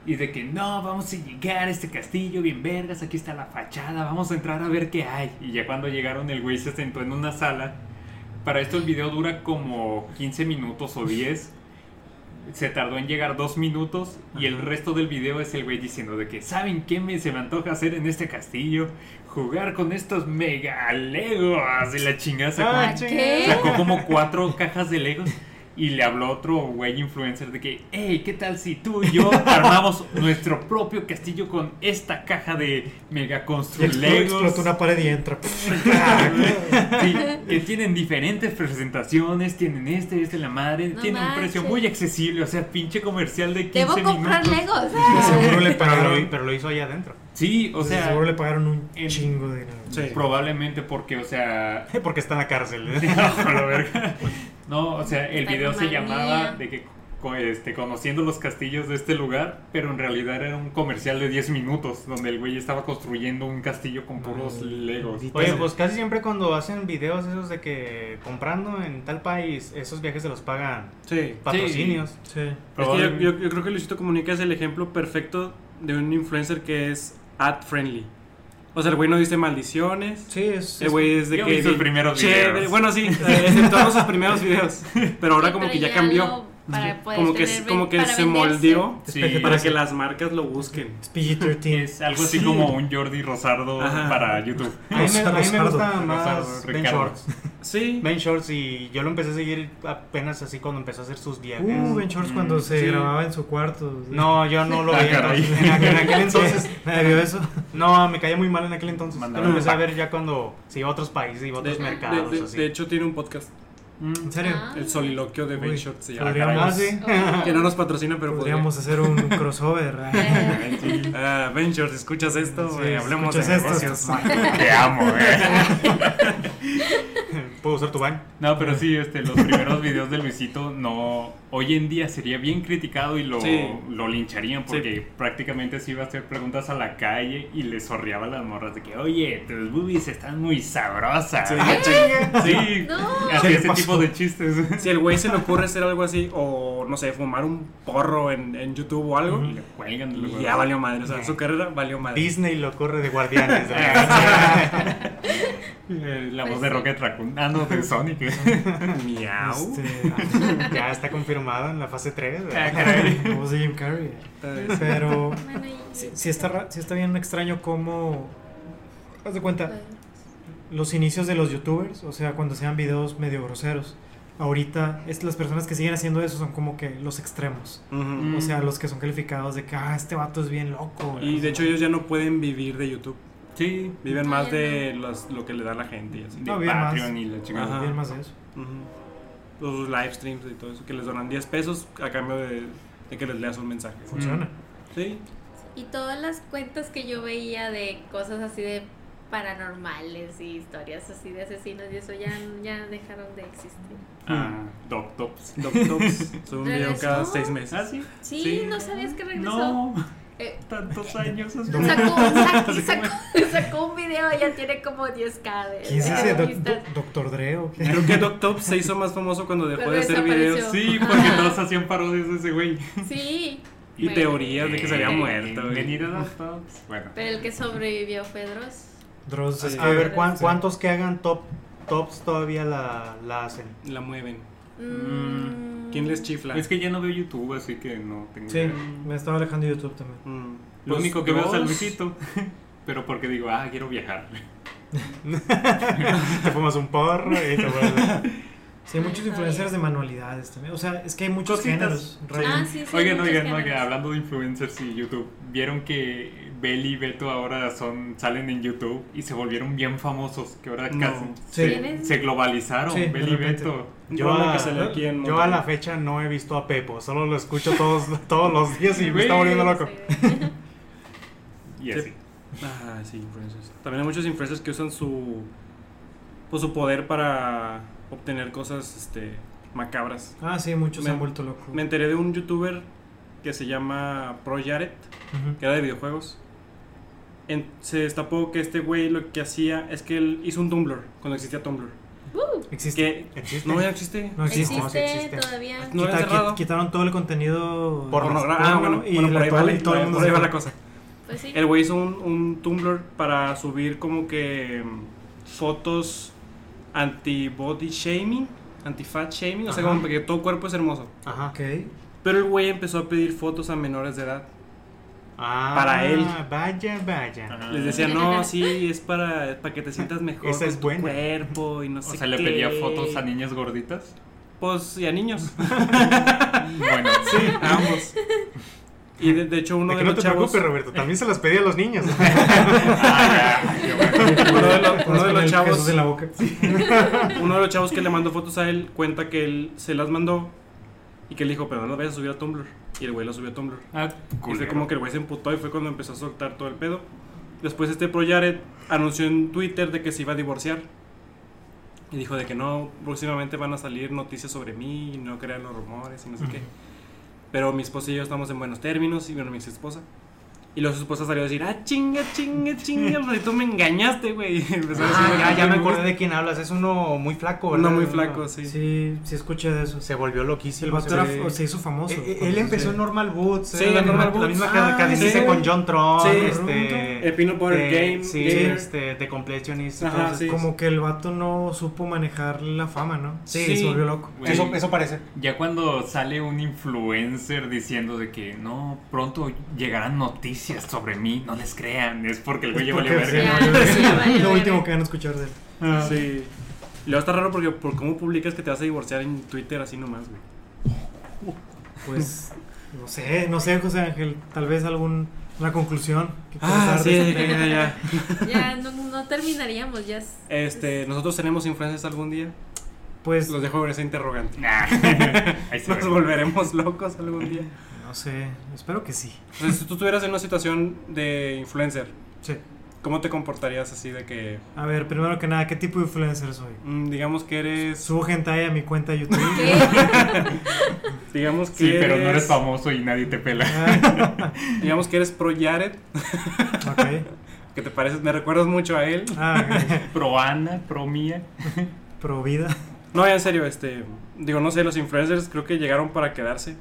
Y de que no, vamos a llegar a este castillo, bien vergas, aquí está la fachada, vamos a entrar a ver qué hay. Y ya cuando llegaron, el güey se sentó en una sala. Para esto el video dura como 15 minutos o 10. Se tardó en llegar dos minutos y el resto del video es el güey diciendo de que ¿saben qué me se me antoja hacer en este castillo? Jugar con estos mega legos y la chingada sacó- Ah, ¿Qué? Sacó como cuatro cajas de Legos y le habló otro güey influencer de que, hey, ¿qué tal si tú y yo armamos nuestro propio castillo con esta caja de mega Y constru explo- Legos? explota una pared y entra. Sí, que tienen diferentes presentaciones, tienen este, este, la madre, No tiene un precio manches. muy accesible, o sea, pinche comercial de 15 Debo comprar minutos. Legos. seguro le Pero lo, pagaron. pero lo hizo allá adentro. Sí, o sea, seguro le pagaron un en- chingo de dinero. Sí. probablemente porque, o (laughs) sea, (laughs) (laughs) Porque está en la cárcel. ¿eh? a la verga. No, o sea, el Está video en se Rumanía. llamaba de que co- este, conociendo los castillos de este lugar, pero en realidad era un comercial de 10 minutos donde el güey estaba construyendo un castillo con puros Mm, legos. bendito. Oye, pues casi siempre cuando hacen videos esos de que comprando en tal país, esos viajes se los pagan Sí. patrocinios. Sí. Es que yo, Probablemente. yo- yo creo que Luisito Comunica es el ejemplo perfecto de un influencer que es ad friendly. O sea, el güey no dice maldiciones. Sí, es. Eh, El güey es de Yo que. vi sus di- primeros "Che, videos". Bueno, sí, eh, en todos sus primeros videos. Pero ahora como Pero que ya cambió. lo- Para poder Como que, tener ven- como que para se venderse. moldeó Sí, Despeje para que las marcas lo busquen. Es PG-13. es algo así Sí. como un Jordi Rosardo Ajá. para YouTube. A mí me, a mí me Rosardo. gusta Rosardo, más Ben Ricardo. Shorts. Sí. Ben Shorts y yo lo empecé a seguir apenas así cuando empezó a hacer sus viajes. Uh, Ben Shorts Mm, cuando se sí. grababa en su cuarto. no, yo no lo Uh. Ah, veía. caray. entonces. En, aqu- en aquel entonces, (laughs) Nadie vio eso. no, me caía muy mal en aquel entonces. Yo Mandaba lo empecé a un ver ya cuando se iba a otros países, iba a De, otros de- mercados. de- así. de hecho, tiene un podcast. En serio. Ah. El soliloquio de Ben Mm. Uy, Shorts se llama. podríamos, Ah, sí. Ah. (laughs) Que no nos patrocina, pero podríamos. podríamos hacer un (laughs) crossover. ¿eh? Eh, Ah, Ben Shorts, ¿escuchas esto? Sí, Eh, hablemos escuchas de esto. negocios. Te amo, eh. (laughs) ¿Puedo usar tu baño? No, pero sí, este, los primeros videos de Luisito no. Hoy en día sería bien criticado y lo, Sí. lo lincharían porque prácticamente se iba a hacer preguntas a la calle y le sorreaba a las morras de que, oye, tus boobies están muy sabrosas. Sí, Sí, la chinga. No. hacía ¿Qué le ese pasó? tipo de chistes. Si el güey se le ocurre hacer algo así, o no sé, fumar un porro en, en YouTube o algo, Y le cuelgan. le y cuelgan. (laughs) ya valió madre. O sea, su carrera valió madre. Disney lo corre de guardianes. Ah. Eh, La Pues voz de sí. Rocket Raccoon. Ah, no, de Sonic. Miau. (laughs) Este, ya está confirmado en la fase 3. Ah, caray. como de Jim Carrey. Entonces, Pero bueno, y- sí, sí está, ra- sí está bien extraño cómo. Haz de cuenta, Bueno. los inicios de los youtubers, o sea, cuando sean videos medio groseros. Ahorita, es, las personas que siguen haciendo eso son como que los extremos. ujú. O sea, los que son calificados de que, ah, este vato es bien loco. Mm. Y de hecho, ellos ya no pueden vivir de YouTube. Sí. Viven más de los- lo que le da la gente y así. De No, bien más. Patreon y la chingada. Ajá. bien más de eso. Ujú. Los live streams y todo eso, que les donan 10 pesos a cambio de, de que les leas un mensaje. Funciona. Sí. Y todas las cuentas que yo veía de cosas así de paranormales y historias así de asesinos y eso ya, ya dejaron de existir. Ah, Doc Tops. Doctops sube un video ¿Regresó? cada 6 meses. Ah, sí. Sí, Sí. no sabías que regresó. No, Eh, tantos años. es sacó, (laughs) sacó, sacó- sacó un video, ya tiene como 10k de ¿Quién es ese? de doc- vistas. doc- ¿Doctor Dre o qué? Creo que Doctops se hizo más famoso cuando dejó Cuando de hacer desapareció. videos. Sí, porque todos hacían parodias de ese güey. Sí, Y Bueno. teorías de que se había muerto. güey. Venir a los tops. Pues, Bueno, Pero el que sobrevivió fue Dross. Dross, es A que- ver, ¿cuán- sí. ¿cuántos que hagan top, tops todavía la, la hacen? La mueven. Mm, ¿Quién les chifla? es que ya no veo YouTube, así que no tengo. Sí, me estaba alejando de YouTube también. Mm. Lo Los único que veo es al dos- Luisito. (laughs) Pero porque digo, ah, quiero viajar. Te fumas un porro y te vuelves. Sí, hay Ah, muchos influencers de manualidades también. O sea, es que hay muchos Cositas. géneros. Ryan. Ah, sí, sí. oigan, muchos oigan, oigan, géneros. hablando de influencers y YouTube, ¿vieron que Beli y Beto ahora son, salen en YouTube y se volvieron bien famosos? Que ahora No. casi ¿Quién se, es? se globalizaron, Sí, de Beli y repente. Beto. Yo, Rola a, que salió aquí en yo a la Monterrey. fecha no he visto a Pepo, solo lo escucho todos, (laughs) todos los días y me está Güey. volviendo loco. Y Sí. así. Ah, sí, influencers. También hay muchos influencers que usan su pues, su poder para obtener cosas este macabras. Ah, sí, muchos se Me- han vuelto locos. Me enteré de un youtuber que se llama Pro Jared, Ujú. que era de videojuegos. En- se destapó que este güey lo que hacía es que él hizo un Tumblr cuando existía Tumblr. Existe. Que ¿Existe? no ya existe. No existe. ¿Existe, No, sí existe. todavía? No. lo han Quita- cerrado. quitaron todo el contenido Pornogra- Ah, bueno, y bueno, por la- ahí todo- vale, y todo el mundo por ahí se va va. la cosa. Pues sí. El güey hizo un, un Tumblr para subir como que mm, fotos anti-body shaming, anti-fat shaming, o sea, Ajá. como que todo cuerpo es hermoso. (laughs) Ajá. Ok. Pero el güey empezó a pedir fotos a menores de edad. Ah, Para él. Vaya, vaya. Ajá. Les decía, (laughs) no, sí, es para, para que te sientas mejor Esa con es tu buena. cuerpo y no O sé sea, le qué". pedía fotos a niñas gorditas. Pues, y a (laughs) niños. Bueno, Sí, a ambos. Y de, de hecho uno De de, que no los te chavos... preocupes, Roberto, también se las pedí a los niños. (laughs) Ah, ya, qué bueno. Uno de los- uno de Con los el chavos... Jesús en la boca. (laughs) Uno de los chavos que le mandó fotos a él cuenta que él se las mandó y que él dijo, pero no las vayas a subir a Tumblr. Y el güey las subió a Tumblr. Ah, Y fue culero. como que el güey se emputó y fue cuando empezó a soltar todo el pedo. Después este Pro Jared anunció en Twitter de que se iba a divorciar. Y dijo de que no, próximamente van a salir noticias sobre mí y no crean los rumores y no sé qué. Pero mi esposa y yo estamos en buenos términos y bueno, mi ex esposa. Y luego su esposa salió a decir, ah, chinga, chinga, (laughs) chinga, pues tú me engañaste, güey. (laughs) Y empezó a decir, ya, ya me gusta. acordé de quién hablas, es uno muy flaco, ¿verdad? No muy flaco, sí. Sí, sí escuché de eso. E, Se volvió El loquísimo. vato se era- ve- o se hizo famoso. Eh, eh, él cuando empezó se- en Normal Boots. Sí, eh, en la Normal misma- La Boots. misma que- Ah, que hiciste sí. con John Tron. Sí. este, El Peanut Butter eh, Game. Sí, Gamer. este, The Completionist. Ajá, entonces, sí. Como que el vato no supo manejar la fama, ¿no? Sí. Se volvió loco. Güey, Eso, eso parece. Ya cuando sale un influencer diciendo de que no, pronto llegarán noticias sobre mí, no les crean, es porque el güey Es lleva la porque verga. Ya, sí, ya (laughs) valió Lo verga. último que van a escuchar de él. Sí. Y luego está raro porque por cómo publicas que te vas a divorciar en Twitter así nomás, güey. Pues no sé, no sé, José Ángel, tal vez alguna conclusión. que quieras Ah, dar sí, de este ya, tema. ya, ya. Ya no, no terminaríamos, (laughs) ya. es- Este, nosotros tenemos influencias algún día. Pues Los dejo con esa interrogante. Nah. (laughs) Ahí se (laughs) Nos ve. volveremos locos algún día. no sé, espero que sí. O sea, si tú estuvieras en una situación de influencer, Sí. ¿cómo te comportarías así de que, A ver, primero que nada, ¿qué tipo de influencer soy? mm, digamos que eres, Subo gente a mi cuenta de YouTube. ¿Qué? digamos que Sí, eres, pero no eres famoso y nadie te pela. Ah, digamos que eres pro Jared, ok. que te pareces, me recuerdas mucho a él. Ah, ok. Pro Ana, pro Mía. Pro vida. No, en serio, este, digo, no sé, los influencers creo que llegaron para quedarse,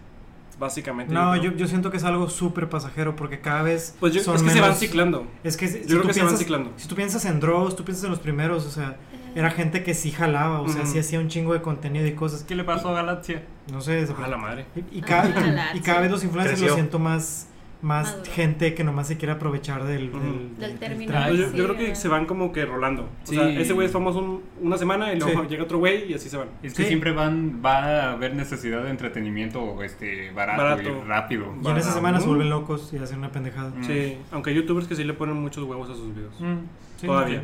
básicamente. No, creo. yo, yo siento que es algo súper pasajero porque cada vez Pues yo, es son que se van menos- ciclando. Es que si, si creo tú que se van piensas- ciclando. Si tú piensas en Dross, tú piensas en los primeros, o sea, era gente que sí jalaba, o sea, Ujú. sí hacía un chingo de contenido y cosas. ¿Qué le pasó a Galaxia? No sé, se- A la madre. Y, y cada, y- Ojalá, y cada Ah, sí. vez los influencers Creció. lo siento más, más Maduro. gente que nomás se quiere aprovechar del, Ujú. del, Del término. trago. Yo, Pues yo sí, creo que ¿verdad? se van como que rolando. O Sí. sea, ese güey es famoso un- una semana y luego Sí. llega otro güey y así se van. Es que Sí. siempre van, va a haber necesidad de entretenimiento este, barato, Barato. y rápido. Y en esa semana se Ujú. vuelven locos y hacen una pendejada. (laughs) Mm. Sí, aunque hay youtubers que sí le ponen muchos huevos a sus videos. Mm. Sí, Todavía.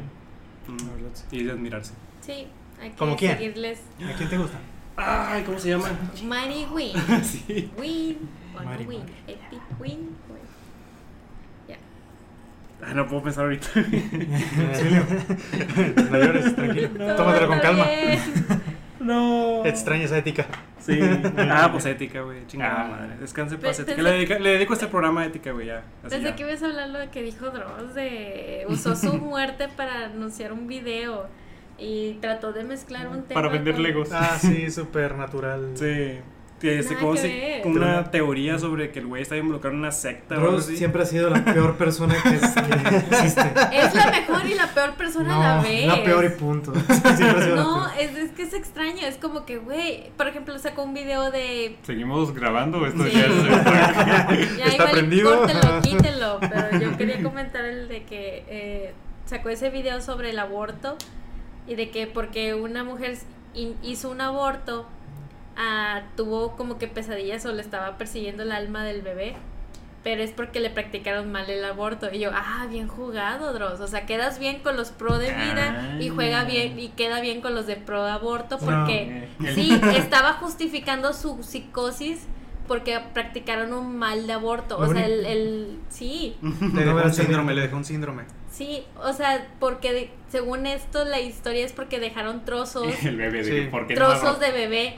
sí, la Mm. verdad, sí. Y de admirarse. Sí, hay que ¿Cómo quién? seguirles. ¿A quién te gusta? Ay, ¿cómo se llama? (laughs) Mari Win. sí. Win. O no Mari, Win. Mari. Epic Win. Win. Ay, Ah, no puedo pensar ahorita. (laughs) no llores, tranquilo. Tómatelo con Todo calma. bien. no. Extraña esa ética. Sí. Ah, pues ética, güey. Chingada Ah. madre. Descanse en Pe- paz, ética. pensé- Le, dedica- le dedico este programa a ética, güey, ya. Así Desde ya. que ibas a hablar lo que dijo Dross de usó su muerte para anunciar un video y trató de mezclar un tema Para vender con- Legos. Ah, sí, súper natural. Sí. que, este, Nada como que se- ver. como una teoría sobre que el güey está involucrado en una secta o algo Dross así. siempre ha sido la peor persona que, es- que (laughs) existe. Es la mejor y la peor persona a la No, vez. la peor y punto. (laughs) Siempre ha sido la No, peor. es, es que es extraño. Es como que, güey, por ejemplo, sacó un video de. ¿Seguimos grabando? Esto Sí. ya es- (laughs) Ya Está igual y prendido. (laughs) Córtelo, quítelo. Pero yo quería comentar el de que eh, sacó ese video sobre el aborto y de que porque una mujer hi- hizo un aborto, ah, tuvo como que pesadillas o le estaba persiguiendo el alma del bebé. Pero es porque le practicaron mal el aborto. Y yo, ah, bien jugado, Dross. O sea, quedas bien con los pro de vida y juega bien y queda bien con los de pro aborto No. porque El- Sí, estaba justificando su psicosis porque practicaron un mal de aborto. O Lo sea, el, único- el- Sí, Mm. Le No, dejó un también. síndrome, le dejó un síndrome. sí. O sea, porque de- según esto, la historia es porque dejaron (laughs) trozos, El bebé, de Sí. ¿por qué no trozos aborto? de bebé.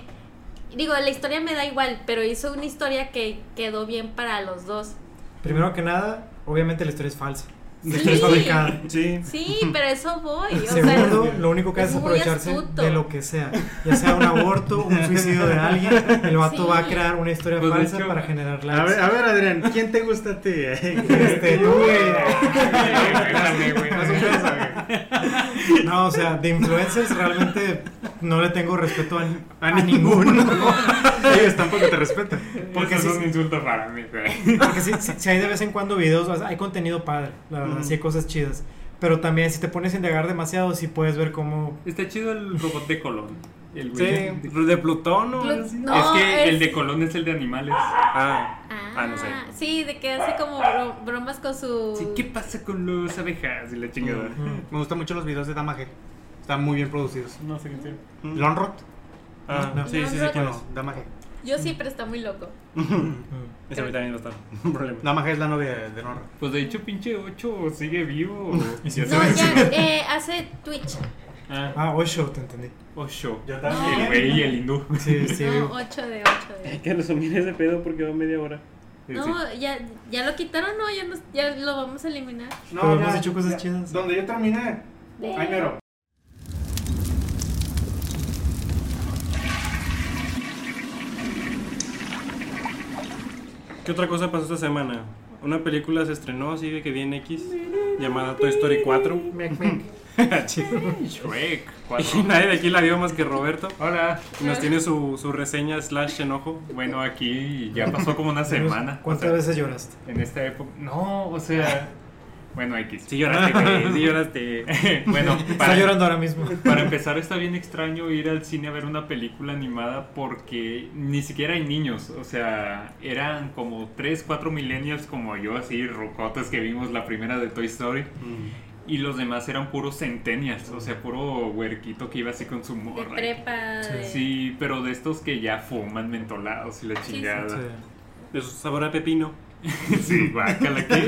Digo, la historia me da igual, pero hizo una historia que quedó bien para los dos. Primero que nada, obviamente la historia es falsa. La Sí. historia es fabricada. Sí. Sí, pero eso voy. O sea, Segundo, lo único que es hace es muy aprovecharse astuto. de lo que sea. Ya sea un aborto, un suicidio de alguien, el vato Sí. va a crear una historia Pues, de falsa hecho, para generar A ver, likes. a ver, Adrián, ¿quién te gusta (laughs) a ti? Este, tú, güey. Espérame, güey, no es un caso, güey. No, o sea, de influencers realmente no le tengo respeto a, A a ninguno. (laughs) Ellos tampoco te respetan. Porque Eso es sí- un insulto para mí, güey. Porque sí, sí- sí hay de vez en cuando videos, o sea, hay contenido padre, la verdad, Mm. sí hay cosas chidas. Pero también si te pones a indagar demasiado, sí puedes ver cómo... Está chido el robot de Colón. El Sí, güey. de Plutón o Plut- algo así. no. es que es- el de Colón es el de animales. Ah, ah, Ah, no sé. Sí, de que hace como bro- bromas con su. Sí, ¿Qué pasa con las abejas y la chingada? Me gustan mucho los videos de Damage. Están muy bien producidos. Mm. No sé qué decir. Lonrot. ah, No. sí, sí, sí, No, no, quién Bueno, es. Damage. Yo sí, pero está muy loco. Ese a mí también va a estar (laughs) un problema. Damage es la novia de, de Lonrot. Pues de hecho, pinche 8 sigue vivo. (laughs) Y si No, ya eh, hace Twitch. Ah, Ah, Osho, te entendí. Osho. Yo también. El güey y el hindú. (laughs) Sí, sí, No, vivo. 8 de 8 de Hay que resumir ese pedo porque va media hora. No, ya, ya lo quitaron, no, ya, nos- ya lo vamos a eliminar. Pero hemos hecho cosas chidas. Donde yo terminé. Ay, mero. ¿Qué otra cosa pasó esta semana? Una película se estrenó, sigue que viene X, llamada Toy Story 4. Pues, Shrek. (laughs) Y (laughs) nadie de aquí la vio más que Roberto. Hola. Y nos tiene su, su reseña slash enojo. Bueno, aquí ya pasó como una semana. o ¿Cuántas sea, veces lloraste? En esta época. No, o (laughs) sea. Bueno, X. Sí lloraste, güey, sí lloraste. (laughs) bueno, Está llorando ahora mismo. Para empezar, está bien extraño ir al cine a ver una película animada porque ni siquiera hay niños. O sea, eran como 3, 4 millennials como yo, así, rocotas que vimos la primera de Toy Story. Mm. Y los demás eran puros centenias, o sea, puro huerquito que iba así con su De morra. prepa. de- Sí, pero de estos que ya fuman mentolados y la sí. chingada. Sí. De su sabor a pepino. (laughs) (laughs) Sí, guácala, ¿qué?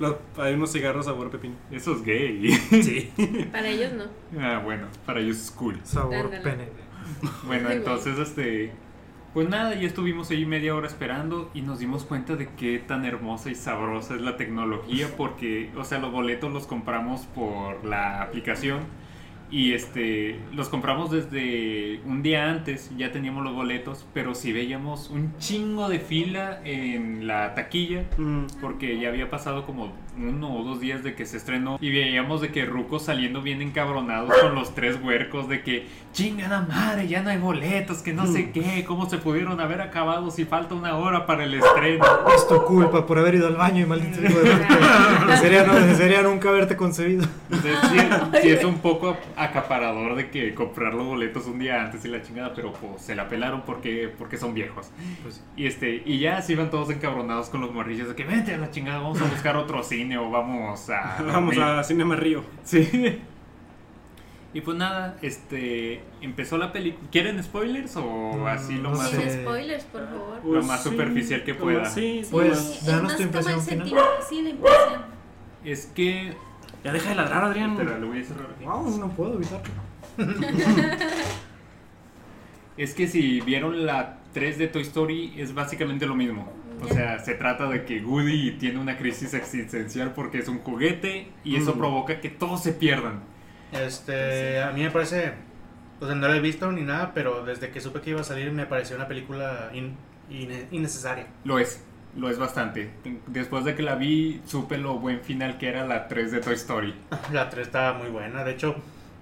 Los- hay unos cigarros sabor a pepino. Eso es gay. Sí. Para ellos no. Ah, bueno, para ellos es cool. Sabor Ándale. pene. Bueno, Muy entonces, este. Pues nada, ya estuvimos ahí media hora esperando y nos dimos cuenta de qué tan hermosa y sabrosa es la tecnología porque, o sea, los boletos los compramos por la aplicación y este los compramos desde un día antes, ya teníamos los boletos, pero si veíamos un chingo de fila en la taquilla Mm. porque ya había pasado como uno o dos días de que se estrenó y veíamos de que Rucos saliendo bien encabronados con los tres huercos de que chingada madre, ya no hay boletos, que no Mm. sé qué, cómo se pudieron haber acabado si falta una hora para el estreno. Es tu culpa por haber ido al baño y maldito hijo de puta. (laughs) Desearía, no- desearía nunca haberte concebido. Entonces sí, sí es un poco acaparador de que comprar los boletos un día antes y la chingada, pero pues se la pelaron porque, porque son viejos. Pues Y este, y ya se iban todos encabronados con los morrillos de que vente a la chingada, vamos a buscar otro cine o vamos a (laughs) (laughs) Vamos a Cinema Río. Sí. Y pues nada, este empezó la película. ¿Quieren spoilers o Mm, No, así lo no más? sé. Sin spoilers, por favor. Lo más superficial que lo pueda. más- Pues Sí, sí, Pues, más. es danos más tu impresión como el final. sentimiento- Sí, la impresión. Es que Ya deja de ladrar, Espera, Adrián. lo voy a cerrar aquí. Wow, no puedo evitarlo. Es que si vieron la 3 de Toy Story es básicamente lo mismo. O Ya. sea, se trata de que Woody tiene una crisis existencial porque es un juguete y eso Mm. provoca que todos se pierdan. Este, a mí me parece O sea, no la he visto ni nada, pero desde que supe que iba a salir me pareció una película in- ine- innecesaria. Lo es, lo es bastante. Después de que la vi, supe lo buen final que era la 3 de Toy Story. La 3 estaba muy buena. De hecho,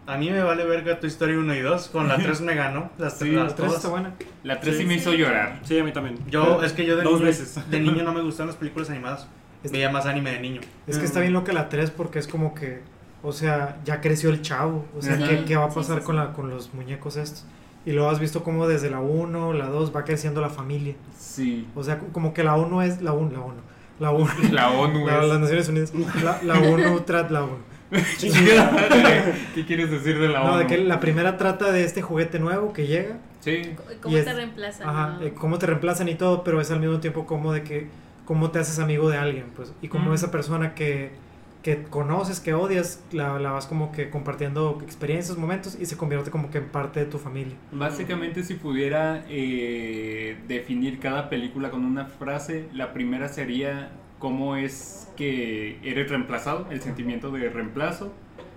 a mí me vale verga tu historia 1 y 2. Con la 3 me ganó. Las, Sí, las La 3 todas. está buena. La 3 sí, Sí, me sí. hizo llorar. Sí, a mí también. Yo, es que yo de, Dos niño, veces. de niño no me gustan las películas animadas. Es- Veía más anime de niño. Es que está bien loca la 3 porque es como que, o sea, ya creció el chavo. O sea, Ajá. ¿qué, qué va a Sí, pasar sí, con, sí. la, con los muñecos estos? Y luego has visto cómo desde la 1, la 2 va creciendo la familia. Sí. O sea, co- como que la 1 es la 1, la 1. La 1. (laughs) La ONU La, es- las Naciones Unidas. La, (laughs) la 1 trata la 1. (laughs) ¿Qué quieres decir de la ONU? No, de que la primera trata de este juguete nuevo que llega. Sí. ¿Cómo Y te es- reemplazan? Ajá, no? eh, cómo te reemplazan y todo, pero es al mismo tiempo como de que cómo te haces amigo de alguien, pues, y como Mm. esa persona que, que conoces, que odias, la, la vas como que compartiendo experiencias, momentos y se convierte como que en parte de tu familia. Básicamente, si pudiera eh, definir cada película con una frase, la primera sería cómo es que eres reemplazado, el sentimiento de reemplazo.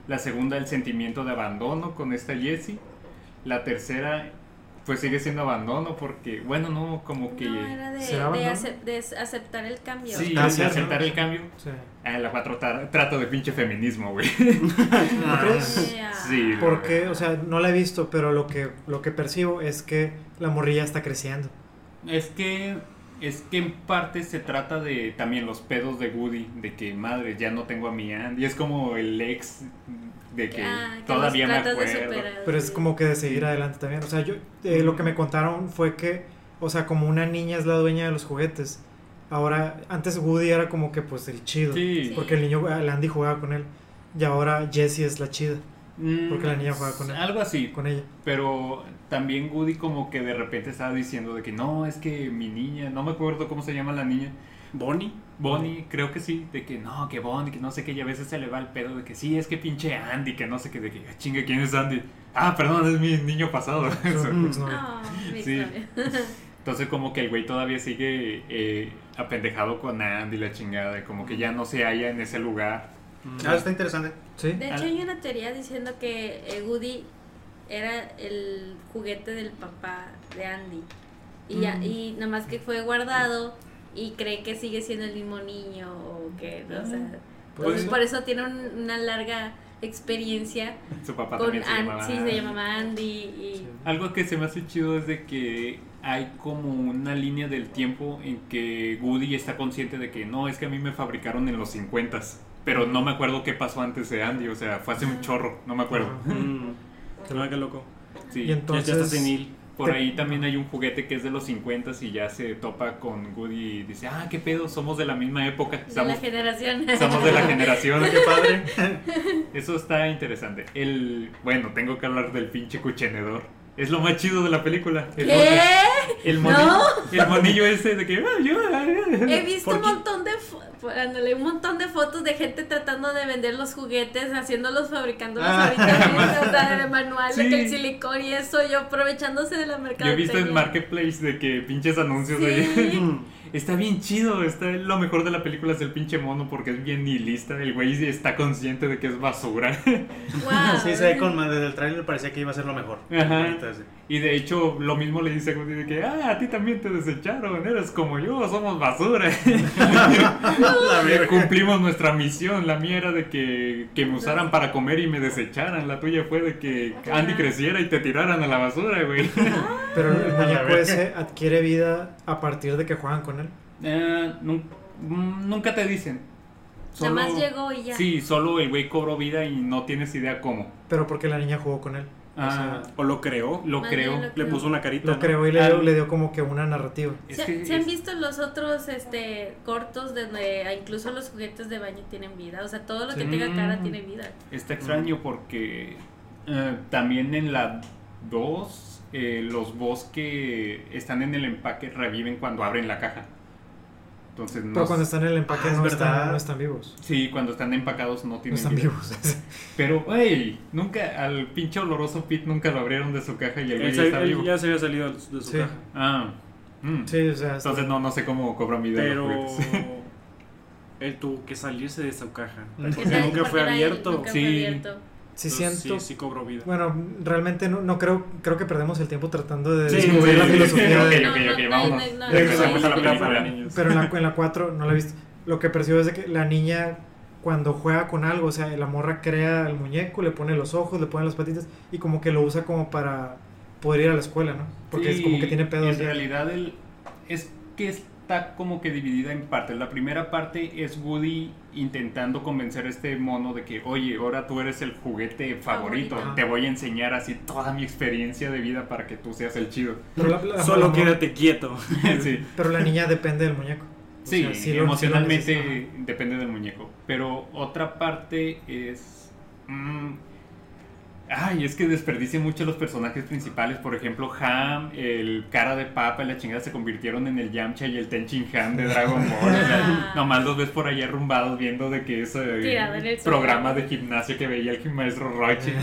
La segunda, el sentimiento de abandono con esta Jessie. La tercera, pues sigue siendo abandono porque, bueno, no, como que... No, era de, ¿Será de abandono? acep- de aceptar el cambio. Sí, Ah, de sí, aceptar ¿no? el cambio. O sea, Ah, la cuatro tra- trato de pinche feminismo, güey. Ah, ¿no crees? Yeah. Sí. güey. Porque, o sea, no la he visto, pero lo que, lo que percibo es que la morrilla está creciendo. Es que es que en parte se trata de también los pedos de Woody, de que madre, ya no tengo a mi Andy, es como el ex de que Ah, que todavía los me tratas de acuerdo. superar, Pero es sí. como que de seguir adelante también. O sea, yo eh, lo que me contaron fue que, o sea, como una niña es la dueña de los juguetes. Ahora, antes Woody era como que pues el chido. Sí. Porque el niño, el Andy jugaba con él. Y ahora Jessie es la chida Mm, porque la niña juega con él. Algo así, con ella. pero también Woody como que de repente estaba diciendo de que no, es que mi niña, no me acuerdo cómo se llama la niña, (laughs) (laughs) Bonnie. Bonnie, creo que sí, de que no, que Bonnie, que no sé qué, y a veces se le va el pedo de que sí, es que pinche Andy, que no sé qué, de que "Ah, chinga, ¿quién es Andy? Ah, perdón, es mi niño pasado. (laughs) Su Eso. exnovia. Ah, Sí. Victoria. Entonces como que el güey todavía sigue eh, apendejado con Andy la chingada y como que ya no se halla en ese lugar. Ah, está interesante. Sí. De Ah. hecho, hay una teoría diciendo que eh, Woody era el juguete del papá de Andy. Y, Mm. ya, y nada más que fue guardado y cree que sigue siendo el mismo niño o que, o sea, Ah, pues pues, entonces por eso tiene un- una larga experiencia Su papá con también se Andy, llamaba sí, Andy. se llamaba Andy y Sí. Algo que se me hace chido es de que hay como una línea del tiempo en que Woody está consciente de que no, es que a mí me fabricaron en los 50 pero no me acuerdo qué pasó antes de Andy, o sea, fue hace un chorro, no me acuerdo. Mm. Qué loco, qué loco. Sí. Y entonces- ya, ya está senil. Por ahí también hay un juguete que es de los 50 y ya se topa con Woody y dice, ah, qué pedo, somos de la misma época, de la estamos, generación. somos (laughs) de la generación. Qué padre. Eso está interesante. El, bueno, tengo que hablar del pinche cuchenedor. Es lo más chido de la película. El, ¿Qué? el No. monillo, el monillo ese de que... "Ah, yo, ah, ah". (laughs) He visto ¿Por un qué? montón de fo- por- ándale, un montón de fotos de gente tratando de vender los juguetes, haciéndolos, fabricándolos Ah, ahorita o sea, de manual, de que el Sí. silicón y eso, yo aprovechándose de la Yo mercado. he visto en Marketplace de que pinches anuncios de... (laughs) Está bien chido, está lo mejor de la película es el pinche mono porque es bien nihilista, el güey está consciente de que es basura. (laughs) (laughs) Sí, se ve con más. Desde el trailer parecía que iba a ser lo mejor. Ajá. Entonces, Y de hecho, lo mismo le dice a Woody de que, ah, a ti también te desecharon, eres como yo, somos basura. (laughs) Cumplimos nuestra misión, la mía era de que, que me usaran para comer y me desecharan, la tuya fue de que Andy creciera y te tiraran a la basura, güey. Pero el A la muñeco verga. ese adquiere vida a partir de que juegan con él. (laughs) Eh, nun- mm, nunca te dicen. Nada Solo- más llegó y ya. Sí, solo el güey cobró vida y no tienes idea cómo. Pero porque la niña jugó con él. O sea, Ah, O lo creó. lo Más creo. bien lo Le puso una carita. lo ¿no? creó y le, Al- le dio como que una narrativa. Es ¿Se, que se han es- visto los otros este cortos donde ah, incluso los juguetes de baño tienen vida? O sea, todo lo que Sí. tenga cara tiene vida. Está extraño porque eh, también en la 2 eh, los boss que están en el empaque reviven cuando abren la caja. Entonces no. Pero cuando están en el empaque Ah, es no, están, verdad. no están vivos. Sí, cuando están empacados no No tienen están vida. vivos. (laughs) Pero, güey, nunca al pinche oloroso Pit nunca lo abrieron de su caja y el Él, güey se- está él vivo. ya se había salido de su de su Sí. caja. Ah. mm. Sí, o sea, está- Entonces no, no sé cómo cobran vida los Pero (laughs) juguetes. él tuvo que salirse de su caja. Porque Porque nunca fue Porque era ahí, abierto. nunca fue Sí. abierto. sí Entonces, siento. Sí, sí cobró vida. Bueno, realmente no, no creo, creo que perdemos el tiempo tratando de Sí, descubrir sí, la sí, (laughs) filosofía ok, de, ok, ok, no, vámonos. no, no, no, Regresamos no, a la no, no, película. no, no. Pero en la, en la 4 no la he visto. Lo que percibo es de que la niña cuando juega con algo, o sea, la morra crea el muñeco, le pone los ojos, le pone las patitas y como que lo usa como para poder ir a la escuela, ¿no? Porque es como Sí, que tiene pedos. ¿eh? En ya. realidad el, es que está como que dividida en partes. La primera parte es Woody intentando convencer a este mono de que, oye, ahora tú eres el juguete favorito. Favorito. Te voy a enseñar así toda mi experiencia de vida para que tú seas el chido. Pero la- la- la Solo morra- quédate quieto. (laughs) sí. Pero la niña depende del muñeco. O Sí, sea, sí lo- sí lo emocionalmente necesita. depende del muñeco. Pero otra parte es. mm, ay, es que desperdicia mucho los personajes principales. Por ejemplo, Ham, el cara de papa y la chingada se convirtieron en el Yamcha y el Tenchin Ham (laughs) de Dragon Ball. O sea, Ah. nomás los ves por ahí arrumbados viendo de que ese Tirado en el suelo. programa de gimnasia que veía el maestro (laughs) Roche.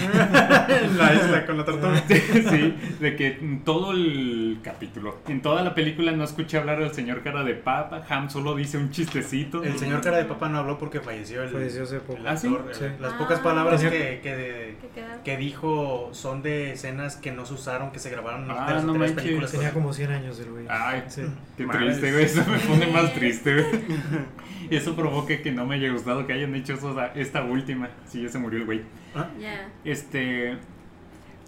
la isla con la tortuga. (laughs) sí, de que en todo el capítulo, en toda la película no escuché hablar del señor cara de papa, Ham solo dice un chistecito. El señor cara de papá no habló porque falleció el, Falleció hace poco. el ¿Ah, sí? actor. Sí. Las Ah. pocas palabras Tenía- que, que, ¿Qué queda? que dijo son de escenas que no se usaron, que se grabaron Ah, de las no anteriores manches. películas. Tenía como 100 años el güey. Ay, Mm. Sí. Qué Madre. triste, güey. Eso me pone más triste, (laughs) güey. Y eso provoca que no me haya gustado que hayan hecho eso, esta última. Sí, ya se murió el güey. Ya. Este.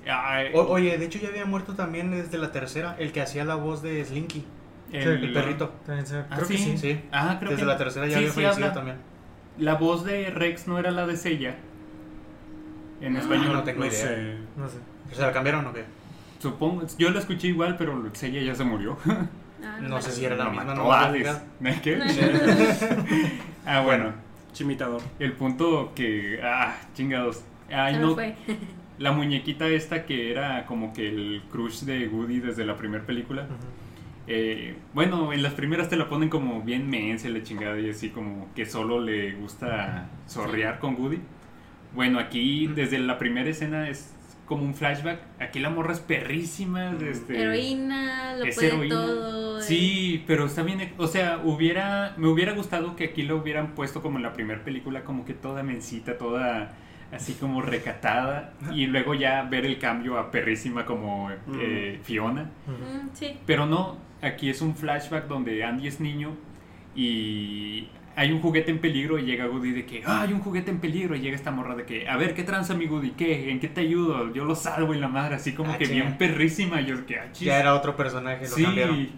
ay, O- oye, de hecho ya había muerto también desde la tercera, el que hacía la voz de Slinky, el, el perrito. También se- Ah, creo que sí. sí. Sí. Ah, creo Desde que- la tercera ya sí, había sí fallecido habla. también. La voz de Rex no era la de Sella. En Ah, español. no tengo No idea. sé. No sé. ¿Se la cambiaron o qué? Supongo. Yo la escuché igual, pero Sella ya se murió. Ah, No sé si era la Lo misma. mató no, Hades. (laughs) ¿Qué? (laughs) ah, bueno. Chimitador. El punto que. Ah, chingados. Ay, Se me no. fue. La muñequita esta que era como que el crush de Woody desde la primera película. eh, bueno, en las primeras te la ponen como bien mensa y la chingada y así como que solo le gusta zorrear con Woody. Bueno, aquí desde la primera escena es como un flashback. Aquí la morra es perrísima. Este, Heroína, lo es puede heroína. todo. eh. Sí, pero está bien. O sea, hubiera, me hubiera gustado que aquí lo hubieran puesto como en la primera película, como que toda mencita, toda así como recatada. Y luego ya ver el cambio a perrísima como eh, Fiona. Mm, sí. Pero no, aquí es un flashback donde Andy es niño y hay un juguete en peligro y llega Woody de que, ah, hay un juguete en peligro y llega esta morra de que, a ver, ¿qué tranza mi Woody? ¿Qué? ¿En qué te ayudo? Yo lo salvo y la madre, así como Ah, que chinga. bien perrísima. Yo de que, ah, chis. Ya era otro personaje, lo Sí, cambiaron.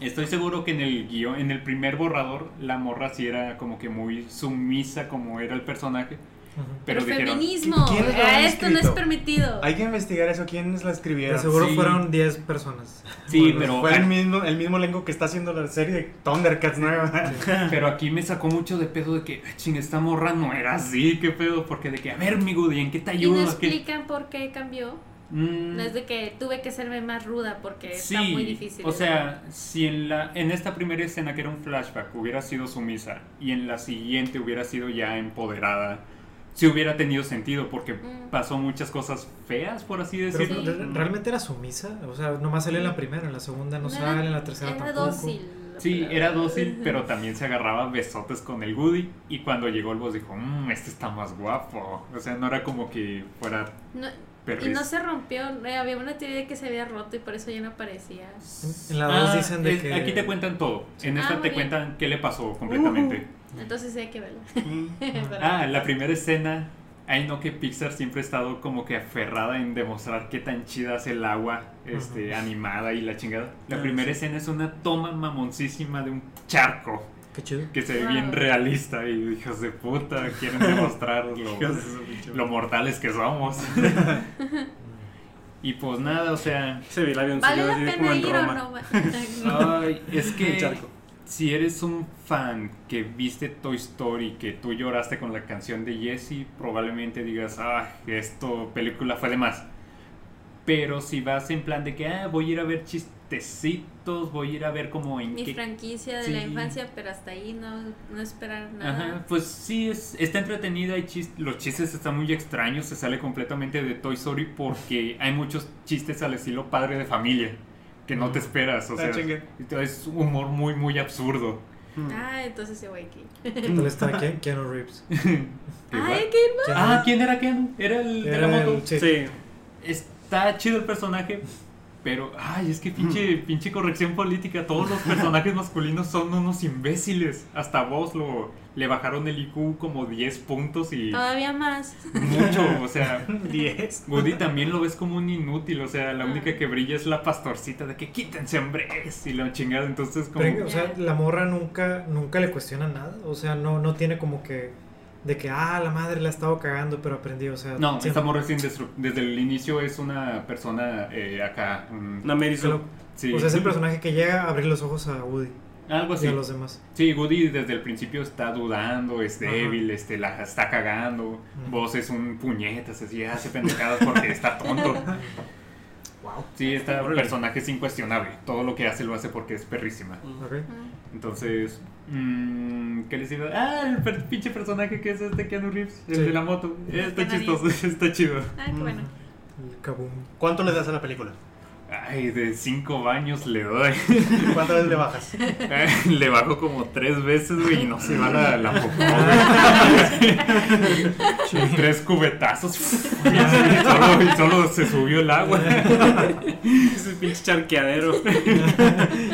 estoy seguro que en el guión, en el primer borrador, la morra sí era como que muy sumisa como era el personaje, Ujú. pero Pero dijeron... feminismo. ¿Quién lo ah, ha esto no es escrito? permitido. Hay que investigar eso, quiénes la De escribieron. seguro Sí. fueron 10 personas. Sí, Pero pero, fue el mismo, el mismo elenco que está haciendo la serie de Thundercats nueva. pero aquí me sacó mucho de pedo de que, "Ah, ching, esta morra no era así, qué pedo, porque de que, a ver, mi Goody, ¿en qué te Y no ayudo? ¿A qué-" explican por qué cambió. Mm, No es de que tuve que serme más ruda porque está sí, muy difícil. ¿eh? o sea, si en, la, en esta primera escena que era un flashback hubiera sido sumisa y en la siguiente hubiera sido ya empoderada, sí hubiera tenido sentido porque Mm. pasó muchas cosas feas, por así Pero, decirlo. ¿re- ¿Realmente era sumisa? O sea, nomás sale en la primera, en la segunda no, No era- sale, en la tercera era tampoco. dócil. la Sí, palabra. era dócil, pero también se agarraba besotes con el Woody. Y cuando llegó el boss dijo, mmm, este está más guapo. O sea, no era como que fuera No, y perris. no se rompió. eh, había una teoría de que se había roto y por eso ya no aparecía. En la dos dicen de Ah, es- que- Aquí te cuentan todo. En Ah, esta muy te bien. cuentan qué le pasó completamente. Entonces sí hay que verla. (laughs) Ah, la primera escena. Ay, no, que Pixar siempre ha estado como que aferrada en demostrar qué tan chida es el agua este, animada y la chingada. La Ah, primera sí. escena es una toma mamoncísima de un charco. Qué chido. que se ve Wow. bien realista y hijos de puta (laughs) quieren demostrar lo, lo mortales que somos. y pues nada, o sea, Se ve el avión ¿Vale salió la así pena como en ir o Roma. (laughs) no? ay, es Un que charco. si eres un fan que viste Toy Story, que tú lloraste con la canción de Jesse, probablemente digas, ah, esto película fue de más. Pero si vas en plan de que, ah, voy a ir a ver chistecitos, voy a ir a ver como en (laughs) Mi qué franquicia de Sí. la infancia, pero hasta ahí no, no esperar Ajá, nada. pues sí, es, está entretenida y chis- los chistes están muy extraños, se sale completamente de Toy Story porque hay muchos chistes al estilo padre de familia que no te esperas, o Ah, sea, chingue. es un humor muy, muy absurdo. Mm. Ah, entonces yo voy aquí. Entonces (laughs) está (laughs) Ke- Keanu Reeves. Ay, Igual. qué Keanu- Ah, ¿quién era Ken? Era el de la Era el- moto. sí. Sí. Está chido el personaje, pero ay, es que pinche, pinche corrección política. Todos los personajes masculinos son unos imbéciles. Hasta vos lo le bajaron el IQ como 10 puntos y Todavía más. mucho. O sea, 10. Woody también lo ves como un inútil. O sea, la Ah. única que brilla es la pastorcita de que quítense hombres y la chingada. Entonces, como. Pero, o sea, la morra nunca, nunca le cuestiona nada. O sea, no, no tiene como que. De que, ah, la madre la ha estado cagando, pero aprendí. O sea, No, siempre- esta morra es indestru- Desde el inicio es una persona eh, acá. mm, Una Mary Sue. Pero- sí. O sea, es el personaje que llega a abrir los ojos a Woody Algo y así. a los demás. Pues Sí, Woody desde el principio está dudando, es Ajá. débil, este, la está cagando. Mm. Vos es un puñetas, así hace pendejadas porque está tonto. Sí, este personaje es incuestionable. Todo lo que hace lo hace porque es perrísima. (laughs) ¿ok? Ah, Entonces, mm, ¿qué les iba a- Ah, el per- pinche personaje que es este Keanu Reeves, el Sí. de la moto. Está Está chistoso, (laughs) está chido. Ah, qué Mm. bueno. El kaboom. (laughs) ¿Cuánto le das a la película? Ay, de cinco baños le doy. (laughs) ¿Cuántas veces le bajas? le bajo como tres veces, güey, y no se va la, la (laughs) popó, güey. tres cubetazos. (laughs) Y así, y solo, y solo se subió el agua. Ese pinche charqueadero.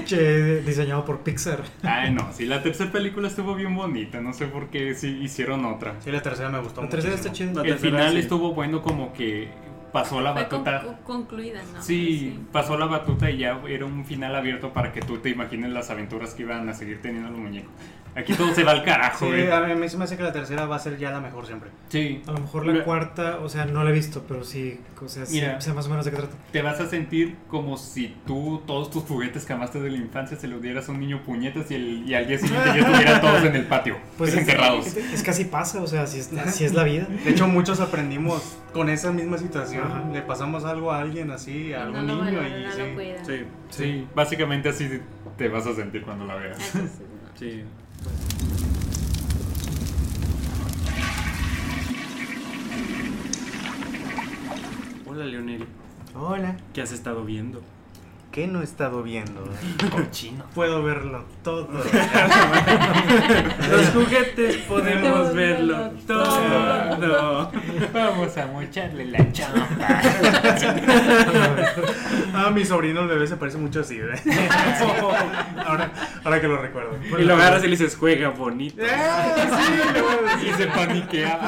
Che, diseñado por Pixar. Ay, no, sí, la tercera película estuvo bien bonita. No sé por qué sí hicieron otra. Sí, la tercera me gustó La tercera está muchísimo. chida. La El tercera, final sí. estuvo bueno, como que pasó la Fue con- batuta. con- concluida, ¿no? Sí, pasó la batuta y ya era un final abierto para que tú te imagines las aventuras que iban a seguir teniendo los muñecos. Aquí todo se va al carajo, Sí, güey. a mí- a mí se me hace que la tercera va a ser ya la mejor siempre. Sí, A lo mejor la Me- cuarta, o sea, no la he visto, pero sí, o sea, sí, Mira. sé más o menos de qué trata. te vas a sentir como si tú todos tus juguetes que amaste de la infancia se los dieras a un niño puñetas y, el- y al día siguiente ya estuvieran todos en el patio, (laughs) Pues es- encerrados. Es que así pasa, o sea, así es, así es la vida. De hecho, muchos aprendimos con esa misma situación. Ajá. Le pasamos algo a alguien así, a No algún lo niño valora, y no sí. lo cuida. Sí, Sí, básicamente así te vas a sentir cuando la (laughs) Ah, veas. entonces, no. sí. Hola, Leonel. Hola, ¿Qué has estado viendo? ¿qué no he estado viendo? Chino. Puedo verlo todo. (laughs) Los juguetes Podemos podemos verlo verlo todo. (laughs) Vamos a mocharle la (laughs) chamba. (laughs) ah, mi sobrino el bebé se parece mucho así, ¿eh? (laughs) Ah, (laughs) ahora, ahora que lo recuerdo. Y (laughs) lo agarras y le dices, juega bonito. y se paniquea.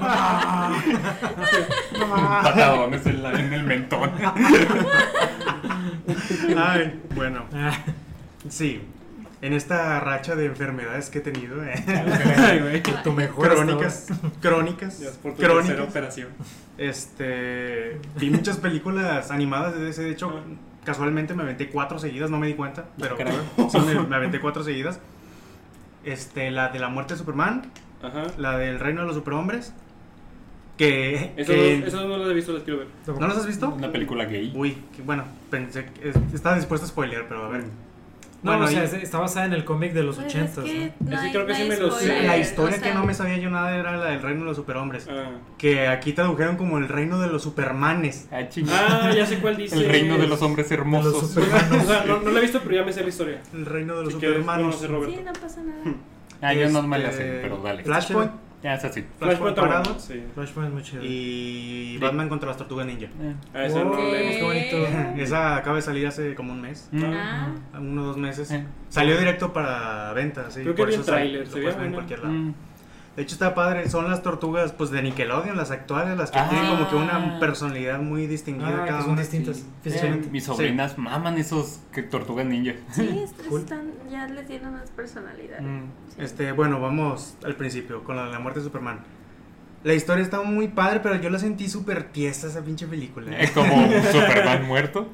Ah, (laughs) Patadones en, la- en el mentón. Ay, bueno. Ah. Sí. En esta racha de enfermedades que he tenido, ¿eh? (laughs) Ay, güey. Tu mejor hasta crónicas, crónicas, crónicas. operación. Este, vi muchas películas animadas de ese, de hecho, casualmente me aventé cuatro seguidas, no me di cuenta, pero Caray. sí, (laughs) me, me aventé cuatro seguidas. Este, la de la muerte de Superman, Ajá. la del reino de los superhombres, que, Eso, que- no, eso no lo he visto, las quiero ver. ahora. ¿no las has visto? Una película gay. Uy, que bueno, pensé que es- estaba dispuesto a spoilear, pero a ver. No, Bueno, o sea, ahí- es- está basada en el cómic de los Pues es ochentas. que ¿no? no Ese hay- creo que no sí hay me lo sé. spoiler, la historia o que sea, no me sabía yo nada era la del reino de los superhombres, Ah, que aquí tradujeron como el reino de los supermanes. Ah, chinga. Ah, ya sé cuál dice. el reino de los hombres hermosos. De los O super- sea, no, no la he visto, pero ya me sé la historia. El reino de los Si quieres, supermanos. conoce Roberto. Sí, no (laughs) pasa nada. Ah, yo no Este, me la sé, pero dale. Flashpoint Ya es así. Flashpoint Flashpoint Parado. parado. Sí. Flashpoint es muy chido. y Batman contra las tortugas ninja. Ah, esa no la he visto. ¿Qué? Esa acaba de salir hace como un mes, Ah, uno o dos meses. Mm. Eh. Salió directo para venta, sí. Creo que vi el sale- tráiler, lo se puedes veía ver en bueno. cualquier lado. Mm. De hecho está padre, son las tortugas pues de Nickelodeon, las actuales, las que Ah. tienen como que una personalidad muy distinguida Ah, que cada son una. distintas Sí. físicamente. mis sobrinas maman esos que tortugas ninja. sí, est- Cool. están, ya le tienen más personalidad. Mm, Este, bueno, vamos al principio, con la, de la muerte de Superman. La historia está muy padre, pero yo la sentí súper tiesa esa pinche película. ¿eh? (laughs) Es como (laughs) un Superman muerto.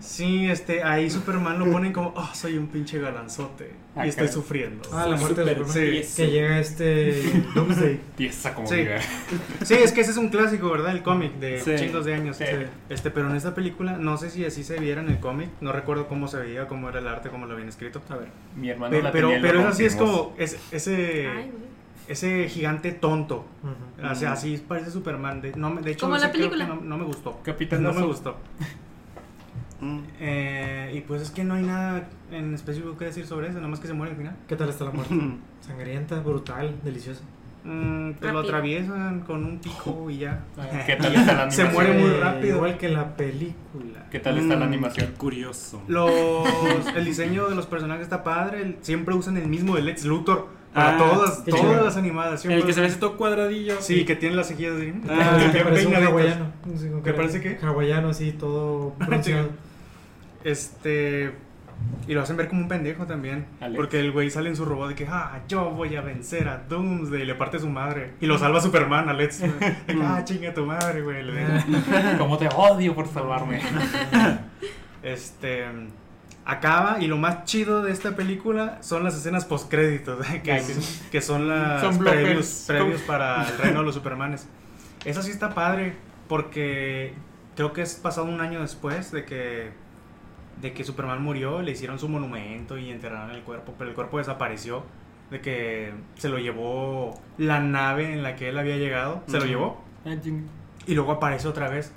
Sí, este, ahí Superman lo ponen como, oh, soy un pinche galanzote. Ah, y estoy caray. sufriendo. Ah, la muerte de Super Superman. tieso. Que llega este Doomsday. Empieza como Sí. llegar. Sí, es que ese es un clásico, ¿verdad? El cómic de Sí. chingos de años. Sí. Este, pero en esta película, no sé si así se viera en el cómic. No recuerdo cómo se veía, cómo era el arte, cómo lo habían escrito. A ver. Mi hermano Pe- la pero tenía en la pero es así, es Rompimos. como es- Ay, ese, (laughs) güey. ese gigante tonto. Ujú. O sea, así parece Superman. De, no, me- de hecho, Como esa la creo que Pues película. no, no me gustó. Capitán no me Oso. gustó. Mm. Eh, y pues es que no hay nada en específico que decir sobre eso, nada más que se muere al final. ¿Qué tal está la muerte? Sangrienta, brutal, deliciosa. Mm, te Rápido. lo atraviesan con un pico y ya. ¿Qué tal está la (laughs) Se animación? muere muy Eh, rápido. Igual que la película. ¿Qué tal está la Mm, animación? qué curioso. Los, el diseño de los personajes está padre. el- siempre usan el mismo del Lex Luthor para Ah, todas, qué todas chido. las animadas. siempre El que se ve usan- ese todo cuadradillo. Sí, que tiene las cejillas así. (laughs) Ah, bien que parece un peinaditas. hawaiano. Sí, con ¿Que cara- parece qué? Ah, Hawaiano, así, (laughs) todo pronunciado. Este. Y lo hacen ver como un pendejo también. Alex. Porque el güey sale en su robot de que, ah, yo voy a vencer a Doomsday. Y le parte su madre. Y lo salva Superman, Alex. De que, ah, chinga tu madre, (laughs) güey. le dice. ¿Cómo te odio por salvarme? Este. Acaba y lo más chido de esta película son las escenas postcréditos, (laughs) que, que son las Son bloopers. previos, previos para (laughs) el reino de los Supermanes. Eso sí está padre, porque creo que es pasado un año después de que, de que Superman murió, le hicieron su monumento y enterraron el cuerpo, pero el cuerpo desapareció, de que se lo llevó la nave en la que él había llegado, se lo Ujú. llevó Ah, y luego aparece otra vez,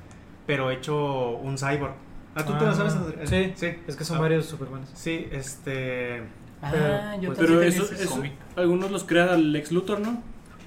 pero hecho un cyborg. Ah, tú te lo Ah, sabes. sí. sí. Es que son Ah, varios Supermanes. Sí, este. Ah, pues, yo Pero eso, eso- algunos los crea Lex Luthor, ¿no?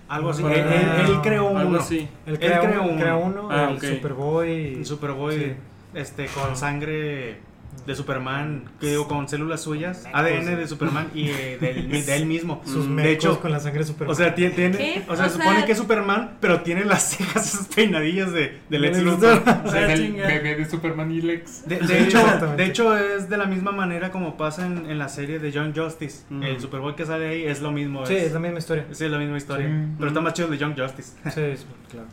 Algo así. Ah, él, él- él creó Algo uno. así. Él Él crea, crea uno, uno. crea uno, Ah, el ok. Superboy. Un Superboy Sí. este, con sangre de Superman, que digo, con células suyas, Mecos, ADN sí. de Superman y (laughs) eh, del- de, él mismo. Mm, sus de mecos hecho, con la sangre de Superman. o sea, tiene, tiene- ¿Qué? o sea, O supone sea- que es Superman, pero tiene las cejas (laughs) peinadillas de, de Lex Luthor. O Ah, sea, es el bebé de Superman y (laughs) Lex. De, de Sí, hecho, exactamente. de hecho, es de la misma manera como pasa en, en la serie de John Justice. Mm. El Superboy que sale ahí es lo mismo. sí, es, es la misma historia. sí, es la misma historia. Sí. Pero Mm. está más chido el de Young Justice. Sí, es- claro.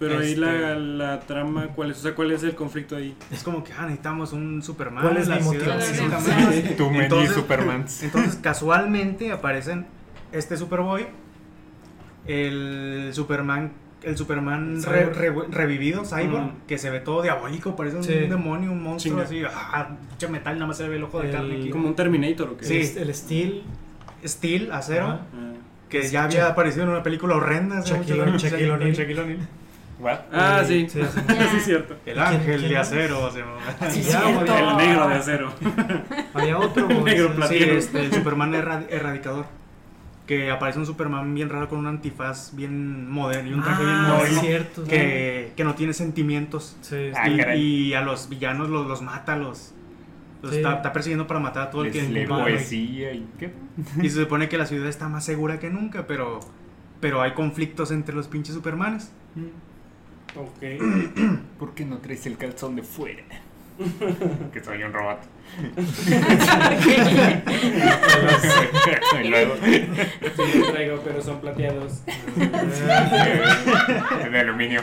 Pero ahí Este- la, la trama, ¿cuál es? O sea, ¿cuál es el conflicto ahí? Es como que, ah, necesitamos un Superman. ¿Cuál es Ah, la mi ciudad motivación? necesita más. Sí. (laughs) Tú, Mendy y Entonces- Superman. Entonces, casualmente aparecen este Superboy, el Superman, el Superman El re- cyborg. re- revivido, Cyborg, Mm. que se ve todo diabólico, parece un Sí. demonio, un monstruo Chinga. así, ah, mucho metal, nada más se le ve el ojo de El- carne aquí. Como un Terminator, ¿o qué? Sí. El- El Steel. Steel, acero, Ajá. Ah, que ya había Cha- aparecido en una película horrenda. hace Shaquille- mucho tiempo. Shaquille O'Neal. Shaquille O'Neal. What? Ah, sí. Eh, Sí, sí. Ya. (laughs) Sí, es cierto. El ángel ¿Quién- quién de más? acero. se llama. Sí, Ya, cierto. güey. El negro de acero. Había (laughs) otro. güey. Negro Sí, Sí, platino. este, (laughs) el Superman erra- erradicador. Que aparece un Superman bien raro con un antifaz bien moderno y un traje bien Ah, es moderno. cierto. sí. Que, que no tiene sentimientos. Sí, Ah, sí. y, caray. y a los villanos los, los mata, los, los Sí. está, está persiguiendo para matar a todo el que Les lee encuentra, güey. poesía y qué. Y se supone que la ciudad está más segura que nunca, pero, pero hay conflictos entre los pinches Supermanes. Ok. ¿Por qué no traes el calzón de fuera? que soy un robot. (laughs) y luego. Sí, (laughs) los traigo, pero son plateados. eh, de aluminio.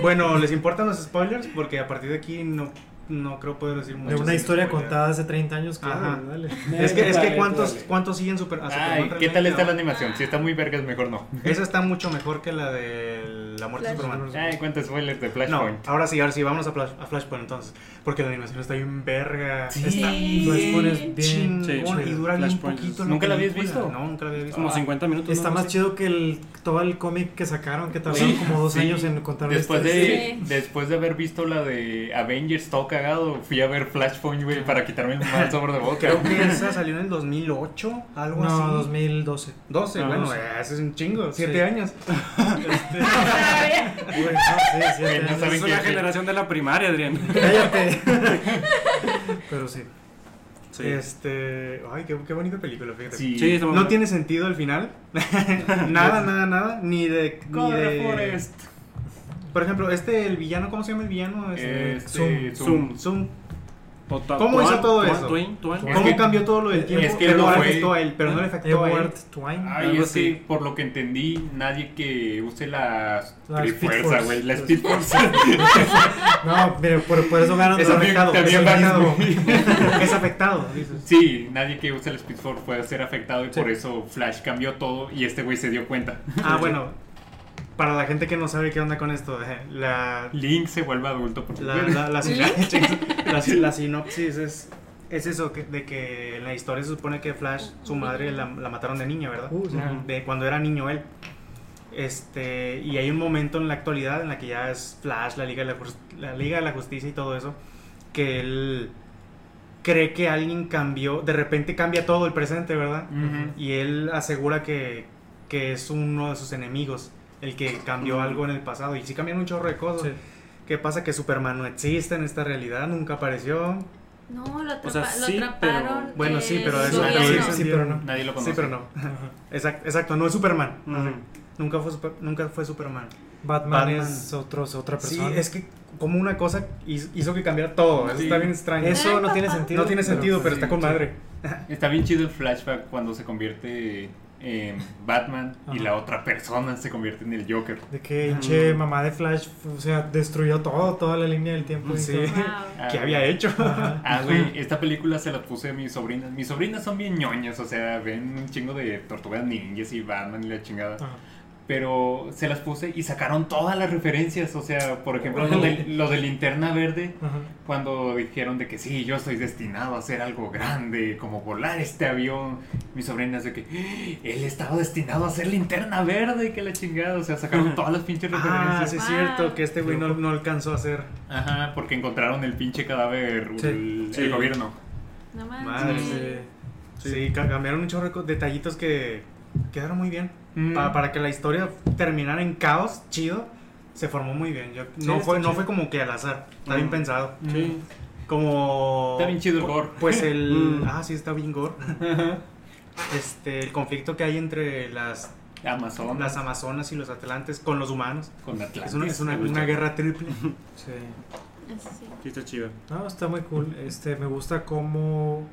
Bueno, ¿les importan los spoilers? Porque a partir de aquí no, no creo poder decir mucho. De una sin historia spoiler. contada hace 30 años, claro, Ajá. dale. Es que, es que Dale, ¿cuántos, dale. ¿cuántos siguen super, a Superman Ay, ¿qué tal realmente, está la no? animación? Si está muy vergas, mejor no. Esa está mucho mejor que la de la muerte de Flash. Superman. Ay, cuántos spoilers de Pues, No, Flashpoint. ahora sí, ahora sí, vámonos a, Flash- a Flashpoint entonces. Porque la animación está bien verga. Sí. Está Flashpoint es bien chingón chido. y dura bien Flashpoint poquito. es- ¿Nunca la habías película. visto? Ah. No, nunca la había visto. Como 50 minutos. Pues Está ¿no? más Sí. chido que el, todo el cómic que sacaron, que tardaron Sí, como dos sí. años en este. contar una Después historia. de, después de haber visto la de Avengers todo cagado, fui a ver Flashpoint, güey, para quitarme el mal sobre de boca. Creo que esa salió en el 2008, algo así. No, (laughs) 2012. 12, No, bueno, no sé. eh, ese es un chingo. Sí. 7 años. Güey, ah, sí, sí, Güey, no ya- saben Es quién la es. generación de la primaria, Adrián. Cállate. (laughs) Pero sí. Este. Ay, qué, qué bonita película, fíjate. Sí. Sí, está muy No buena. tiene sentido al final. (laughs) nada, nada, nada. Ni de. Ni de... Por ejemplo, este, el villano, ¿cómo se llama el villano? Este, Este, Zoom. Zoom. Zoom. O ta- ¿Cómo hizo todo tuan, eso? tuan, tuan. Es ¿Cómo que- cambió todo lo del tiempo? es que pero no no le fue- afectó a él, pero no le afectó a él. Edward Twine. Ay, Algo es que así. por lo que entendí, nadie que use la, La Speed Trifuerza, Force. güey, la Speed Force. No, pero por, por eso ganan Es todo. afectado. Es también afectado. (laughs) va- (laughs) Es afectado, dices. (laughs) sí, nadie que use la Speed Force puede ser afectado y Sí. por eso Flash cambió todo y este güey se dio cuenta. Ah, bueno. Para la gente que no sabe qué onda con esto, eh, la, Link se vuelve adulto por la, la, (laughs) la, la- la sinopsis es, es eso, que- de que en la historia se supone que Flash, su madre, la, la mataron de niño, ¿verdad? Uh, sí. de cuando era niño él. Este, y hay un momento en la actualidad en la que ya es Flash, la Liga de la, Jus- la Liga de la Justicia y todo eso, que él cree que alguien cambió, de repente cambia todo el presente, ¿verdad? Ujú. Y él asegura que, que es uno de sus enemigos, el que cambió algo en el pasado. Y sí cambian un chorro de cosas. Sí. ¿Qué pasa? Que Superman no existe en esta realidad, nunca apareció. (laughs) No, lo, O sea, atrapa- lo sí, pero- atraparon. eh, Bueno, sí, el pero es sí, una sí, gobierno. sí, sí, pero no. Nadie lo conoce. Sí, pero no. Exacto, exacto, no es Superman. Ujú. Nunca fue, super- nunca fue Superman. Batman, Batman. es otro, es otra Sí, persona. es que como una cosa hizo, hizo que cambiara todo. Eso Sí. está bien extraño. Eso no tiene sentido. no tiene sentido, pero, sí, está con sí. madre. Está bien chido el flashback cuando se convierte en Batman y Ajá. la otra persona se convierte en el Joker. De que che, Mm. mamá de Flash, o sea, destruyó todo, toda la línea del tiempo. Sí. Y todo. Wow. Ah, ¿Qué había hecho? (laughs) Ajá. Ah, güey, esta película se la puse a mis sobrinas. Mis sobrinas son bien ñoñas, o sea, ven un chingo de tortugas ninjas y Batman y la chingada. Ajá. Pero se las puse y sacaron todas las referencias. O sea, por ejemplo, lo Órale. de, lo de linterna verde, Ajá. cuando dijeron de que sí, yo soy destinado a hacer algo grande, como volar este avión. Mis sobrinas de que "Ah, él estaba destinado a ser linterna verde, que la chingada. O sea, sacaron todas las pinches Ah, referencias. (laughs) sí, es Wow. cierto, que este güey no, no alcanzó a hacer. Ajá, porque encontraron el pinche cadáver Sí. el, Sí. el gobierno. No Madre, manches. sí. Sí, ca- cambiaron un chorro de co- detallitos que quedaron muy bien. Mm. Pa- para que la historia terminara en caos, chido, se formó muy bien. Yo- no, está fue, no chido. fue como que al azar, está Mm. bien pensado. Sí. Como. Está bien chido el pu- gore. Pues el. Mm. ah, sí, está bien gore. Este, el conflicto que hay entre las, Amazon las Amazonas y los Atlantes con los humanos. con Atlantis. Es una, es una- Me gusta. una guerra triple. Sí. Eso sí. Sí, está chido. No, está muy cool. Este, me gusta cómo,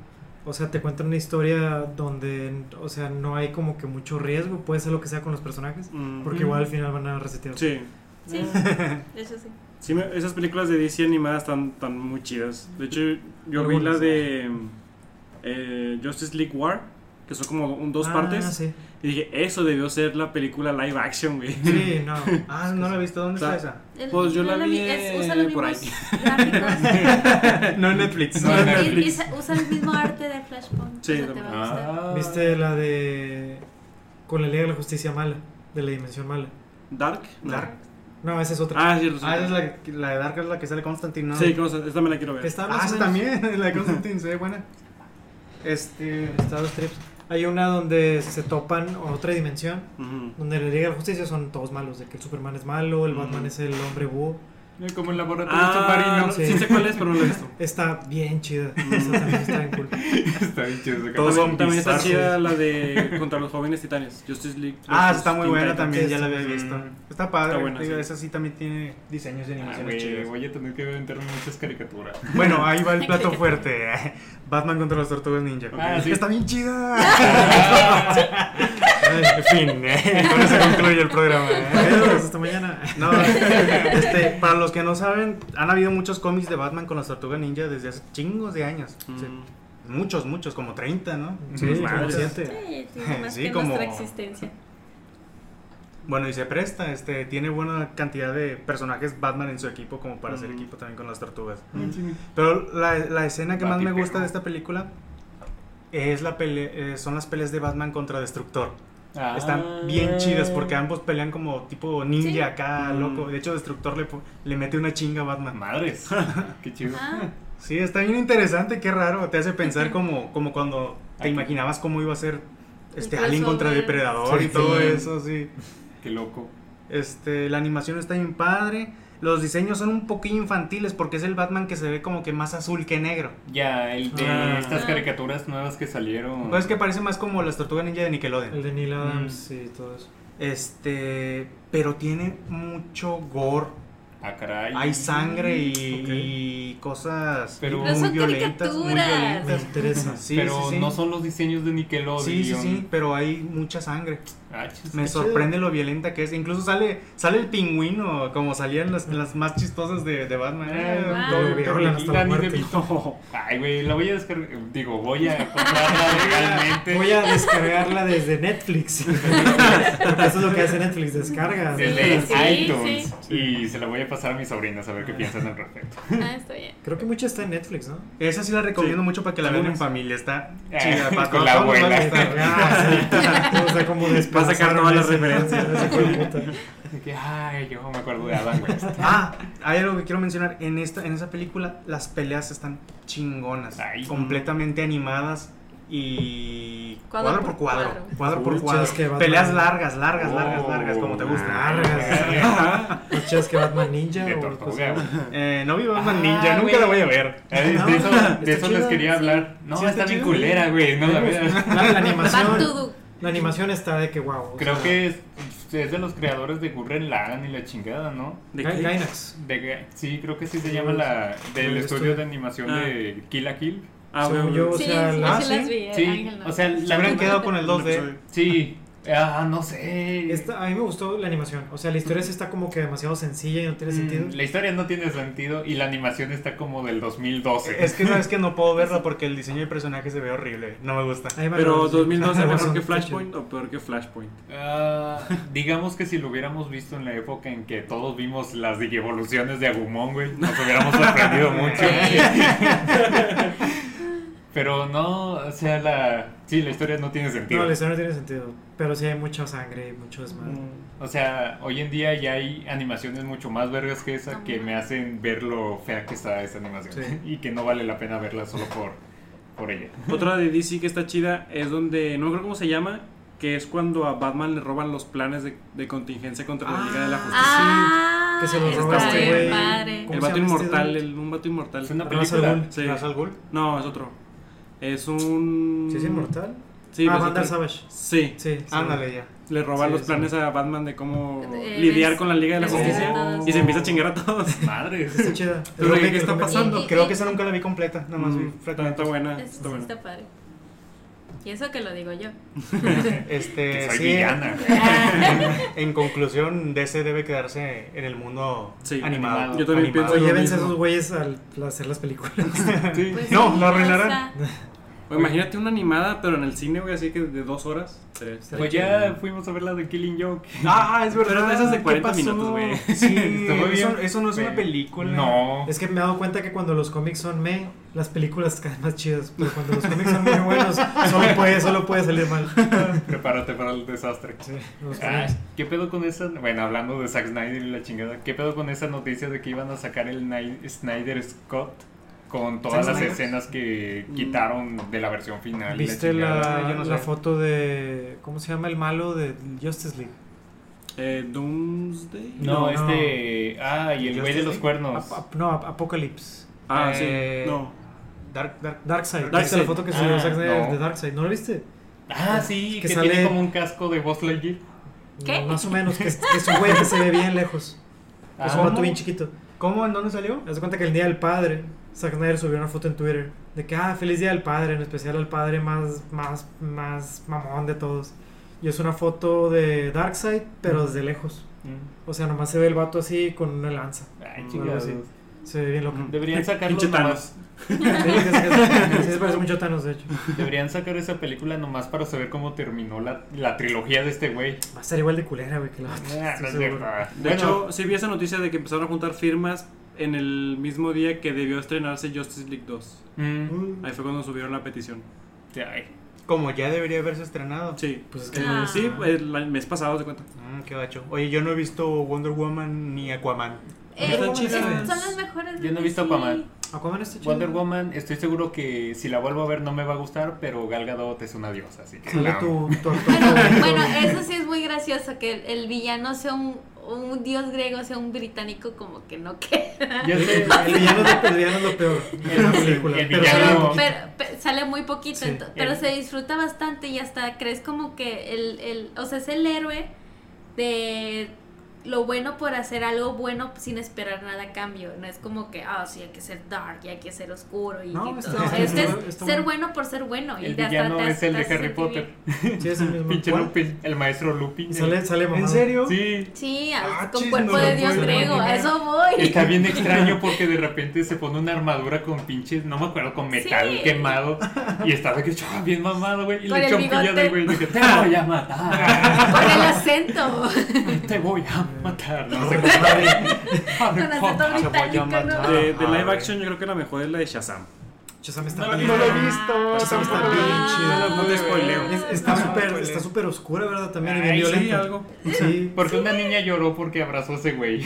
o sea, te cuentan una historia donde, o sea, no hay como que mucho riesgo, puede ser lo que sea con los personajes, Mm. porque igual al final van a resetear. Sí. Sí, eso sí. Sí, me- esas películas de DC animadas están, están muy chidas. De hecho, yo vi Algunas. la de eh, Justice League War, que son como un- dos Ah, partes. Sí. Y dije, eso debió ser la película live action, güey. (laughs) Sí, (laughs) no. Ah, no la he visto. ¿Dónde Está- (laughs) está El- Pues yo no la vi, es- usa los eh, por mismos (laughs) gráficos esa? No en Netflix. No, en (laughs) y- y Netflix. usa- usa el mismo arte de Flashpoint. Sí, eso te también. Ah. va a gustar. Ah, ¿Viste la de con la Liga de la Justicia mala, de la dimensión mala? Dark. No. Dark. No, esa es otra. Ah, cierto. Ah, cierto. esa es la, que- la de Dark es la que sale Constantine, ¿no? Sí, ¿cómo se- esta me la quiero ver. Que está Ah, más esa o menos- también, (laughs) la de Constantine, se ve buena. Este. Está dos trips. Hay una donde se topan a otra dimensión, Ujú. donde la Liga de la Justicia son todos malos, de que el Superman es malo, el Batman Ujú. es el hombre búho. Mira Como el laboratorio Ah, submarino. no, sí. Sí. sé cuál es, pero no lo (laughs) he visto. Está bien chida. Mm. Esa también está bien cool. (laughs) Está bien chido. ese Todos capítulo. son También está bizarros. chida la de Contra los Jóvenes Titanes, Justice League. Ah, versus está muy Teen buena Titans. también, Sí, ya la había sí. visto. Mm. Está padre, Está buena, te digo, sí. esa sí también tiene diseños y Ah, animaciones güey, chidas. voy a tener que aventarme muchas caricaturas. Bueno, ahí va el plato fuerte. (laughs) Batman contra los tortugas ninja. Ah, sí. Está bien chida. Ay, en fin, eh, con eso concluye el programa. eh. (laughs) Adiós, hasta mañana. No, (laughs) este, para los que no saben, han habido muchos cómics de Batman con las tortugas ninja desde hace chingos de años. Sí. Mm. Muchos, muchos, como 30, ¿no? Sí, Muchos. como madres. siete. (laughs) Sí, tiene más Sí, que como- nuestra existencia. Bueno, y se presta, este, tiene buena cantidad de personajes Batman en su equipo como para hacer Mm. equipo también con las tortugas. Mm. Pero la, la escena que más me gusta Batiperro. de esta película es la pele eh, son las peleas de Batman contra Destructor. Ah. Están bien chidas porque ambos pelean como tipo ninja Sí. acá, Mm. loco. De hecho, Destructor le, po- le mete una chinga a (laughs) Batman. Madres. Qué chido. Ah, Sí, está bien interesante, qué raro. Te hace (laughs) pensar como, como cuando te Aquí. imaginabas cómo iba a ser este El Alien contra crossover. Depredador Sí. y todo Sí. eso, sí. Qué loco. Este, la animación está bien padre. Los diseños son un poquillo infantiles porque es el Batman que se ve como que más azul que negro. Ya, el de Ah. estas caricaturas nuevas que salieron. Pues es que parece más como las tortugas ninja de El Nickelodeon. de Mm. Neil Adams y todo eso. Este, pero tiene mucho gore. Ah, caray. Hay sangre y, Ok. y cosas Pero- muy, Pero son violentas, muy caricaturas. Me violentas. interesa. Sí, pero sí, sí. no son los diseños de Nickelodeon. Sí, sí, sí, pero hay mucha sangre. Ah, chis, Me qué sorprende lo violenta que es. Incluso sale, sale el pingüino, como salían las, las más chistosas de, de Batman. Eh, Wow. todo chido. bien. Violan hasta la Danny muerte. DeVito. Ay, güey, la voy a descargar. Digo, voy a comprarla legalmente. Voy a descargarla desde (laughs) Netflix. Porque eso es lo que hace Netflix, descarga. Desde Sí, sí, iTunes. Y se la voy a pasar a mis sobrinas a ver qué piensan al respecto. ah, está bien. Creo que mucha está en Netflix, ¿no? Esa sí la recomiendo Sí. mucho para que la vean en Algunas. familia. Está Ah, chida. para con todos, la (laughs) todos nos va abuela. a gustar. Ah, sí. O sea, como Va a a sacar todas las referencias. Así que, ay, yo me acuerdo de Adam West. Ah, hay algo que quiero mencionar. En esta, en esa película, las peleas están chingonas, Ay. completamente animadas y Cuadro cuadro, por por cuadro, cuadro. cuadro por Uy, cuadro. chas, que Batman. Peleas largas, largas, Oh, largas, largas, como te gusta. (laughs) Largas. Ajá. Muchas que Batman Ninja. De o tortuga. cosas- (laughs) güey. Eh, no vi Batman Ah, Ninja, nunca güey. la voy a ver. Ay, No, Eh, de eso, está de eso les chido. quería hablar. No, Sí, está está bien chido. culera, güey. No la veas. La, la Pues, Back to animación. do. La animación está de que wow. Creo que es, es de los creadores de Gurren Lagann y la chingada, ¿no? ¿De Ga- qué? Gainax. De que- sí, creo que sí se llama la del El estudio estudio. de animación Ah. de Kill a Kill. Ah, Según bueno, yo, bueno. O Sí, sea, sí, la- sí las vi. Sí, Ángel no. o (laughs) sea, la Se hubieran quedado con el 2D. Sí. Ah, no sé. Esta- a mí me gustó la animación. O sea, la historia sí está como que demasiado sencilla y no tiene Mm, sentido. La historia no tiene sentido y la animación está como del 2012. Es que sabes que no puedo verla porque el diseño del personaje se ve horrible. No me gusta. Ahí va, Pero no, sí. 2012 Razón, (laughs) mejor que está Flashpoint o peor que Flashpoint. Ah, (laughs) digamos que si lo hubiéramos visto en la época en que todos vimos las digievoluciones de Agumon, güey, nos hubiéramos sorprendido mucho. (laughs) Pero no, o sea, la, sí, la historia no tiene chido. sentido. No, la historia no tiene sentido. Pero sí hay mucha sangre y mucho desmadre. Mm, O sea, hoy en día ya hay animaciones mucho más vergas que esa que me hacen ver lo fea que está esa animación Sí. y que no vale la pena verla solo por, por ella. Otra de DC que está chida es donde, no creo cómo se llama, que es cuando a Batman le roban los planes de, de contingencia contra la Liga de la Justicia. Ah, que se lo está robó este bien güey. padre. ¿Cómo se El vato llama este inmortal, dude? el- un vato inmortal. Es una Ra's al película. Ghul. Sí. ¿Ra's al Ghul? No, es otro. Es un... ¿Sí es inmortal? Sí, ah, pero es Vandal otro. Savage. Sí, Sí. sí. Ándale ya. le roban Sí, los sí. planes a Batman de cómo Eh, lidiar ves- con la Liga de la ves Justicia a todos. y se empieza a chingar a todos. Madre. Está (laughs) chida. Pero, Es lo ¿qué que está recomiendo. pasando? Y- Creo que esa nunca la vi completa, nada más vi Mm, está, está (laughs) fragmentos. buena. Eso Está (laughs) sí buena. está padre. Y eso que lo (laughs) digo yo. Ah, (laughs) Este, Que soy sí, villana. (laughs) En conclusión, DC debe quedarse en el mundo Sí, animado. yo también animado. pienso lo Oye, llévense a mismo. esos güeyes al al hacer las películas. Sí. Pues No, sí, lo o arruinarán. sea, O Pues imagínate una animada, pero en el cine, güey, así que de dos horas. Sería- Pues ya fuimos a ver la de Killing Joke. (laughs) Ah, es verdad. Pero esas de ¿qué 40 pasó? minutos, güey. (laughs) Sí, Estuvo bien eso, eso no es una feo. película. No. Es que me he dado cuenta que cuando los cómics son me, las películas quedan más chidas. Pero cuando los cómics son muy buenos, solo puede, solo puede salir mal. Prepárate para el desastre. Sí, los Ah, cómics. ¿Qué pedo con esa? Bueno, hablando de Zack Snyder y la chingada, ¿qué pedo con esa noticia de que iban a sacar el Ni- Snyder Scott con todas ¿Zack las Snyder? escenas que quitaron de Ah, la versión final? y Mm. ¿Viste chingada? la, yo no sé. la foto de. ¿Cómo se llama el malo de Justice League? Eh, Doomsday. No, No, Ah, este. Ah, y el güey de los cuernos. Ap- ap- no, Ap- Apocalypse. Ah, Eh, sí. No. Dark, Dark. Darkseid. Darkseid. ¿Viste la foto que se Ah, dio Zack Snyder no. de Darkseid? ¿No lo viste? Ah, sí, que, que tiene sale- como un casco de Buzz Lightyear. ¿Qué? No, más o menos, que es, que es un güey que se ve bien lejos. Ah, es un vato bien chiquito. ¿Cómo? ¿En dónde salió? Haz de cuenta que el día del padre, Zack Snyder subió una foto en Twitter de que, ah, feliz día del padre, en especial al padre más, más, más mamón de todos. Y es una foto de Darkseid, pero desde lejos. Mm. O sea, nomás se ve el vato así con una lanza. Ay, Mm, chingados. algo Se ve bien loco. (laughs) Deberían sacarlo Pinche nomás- Sí, sí, sí, sí, se parece mucho a Thanos, de hecho. Deberían sacar esa película nomás para saber cómo terminó la, la trilogía de este güey. Va a estar igual de culera, güey, que la otra. Ah, estoy no es seguro. verdad. De Bueno, hecho, sí vi esa noticia de que empezaron a juntar firmas en el mismo día que debió estrenarse Justice League 2. mm, Mm, Ahí fue cuando subieron la petición. ay, Como ya debería haberse estrenado. Sí. Eh, Pues es que. Ah. Sí, el, el mes pasado te cuenta. Mm, qué gacho. Oye, yo no he visto Wonder Woman ni Aquaman. Eh, Están son chidas. las mejores. de Yo no he visto DC. (laughs) Aquaman. Aquaman está chido. Wonder Woman, estoy seguro que si la vuelvo a ver no me va a gustar, pero Gal Gadot es una diosa, así que Sale la amo. tu, tu (laughs) actor Bueno, favorito. (laughs) bueno, eso sí es muy gracioso que el, el villano sea un, un dios griego, sea un británico, como que no (laughs) queda. Ya sé, Ah, El villano, es lo- el villano es lo peor de la película. el pero villano- Claro. Pero, pero- pe- sale muy poquito, Sí. ento- pero El- se disfruta bastante y hasta crees como que el, el, o sea, es el héroe de lo bueno por hacer algo bueno sin esperar nada a cambio. No es como que, ah, sí, hay que ser dark y hay que ser oscuro y, No, y está- todo. está Este es bueno, está ser bueno. bueno por ser bueno. (laughs) y el hasta villano te- es el te de hace Harry sentir Potter. bien. Sí, es el mismo. Pinche ¿Cuál? Lupin, el maestro Lupin. Y sale, sale mamado. ¿En serio? (laughs) Sí. Sí, Ah, con chis, cuerpo no de lo dios puedo griego, a imaginar. eso voy. Está bien extraño porque de repente se pone una armadura con pinches, no me acuerdo, con metal Sí. quemado. Y está de que chava, bien mamado, güey. Y Con le el echa un bigote. pillazo, güey. de que, Te voy a matar. (laughs) Con el acento. Te voy a matar. No sé Madre. Harry Con acento Potter. británico, ¿no? matar. De, de Ah, live güey. action yo creo que la mejor es la de Shazam. Chazam No, está lo- bien. no lo he vi. visto. Chazam está tampoco lo bien Ah. vi. chido. No lo No te pude spoileo. ver. Es- está No, súper spoileo. está súper oscura, ¿verdad? También y bien Ay, sí, violenta. algo. Sí. Porque una niña lloró porque abrazó a ese güey.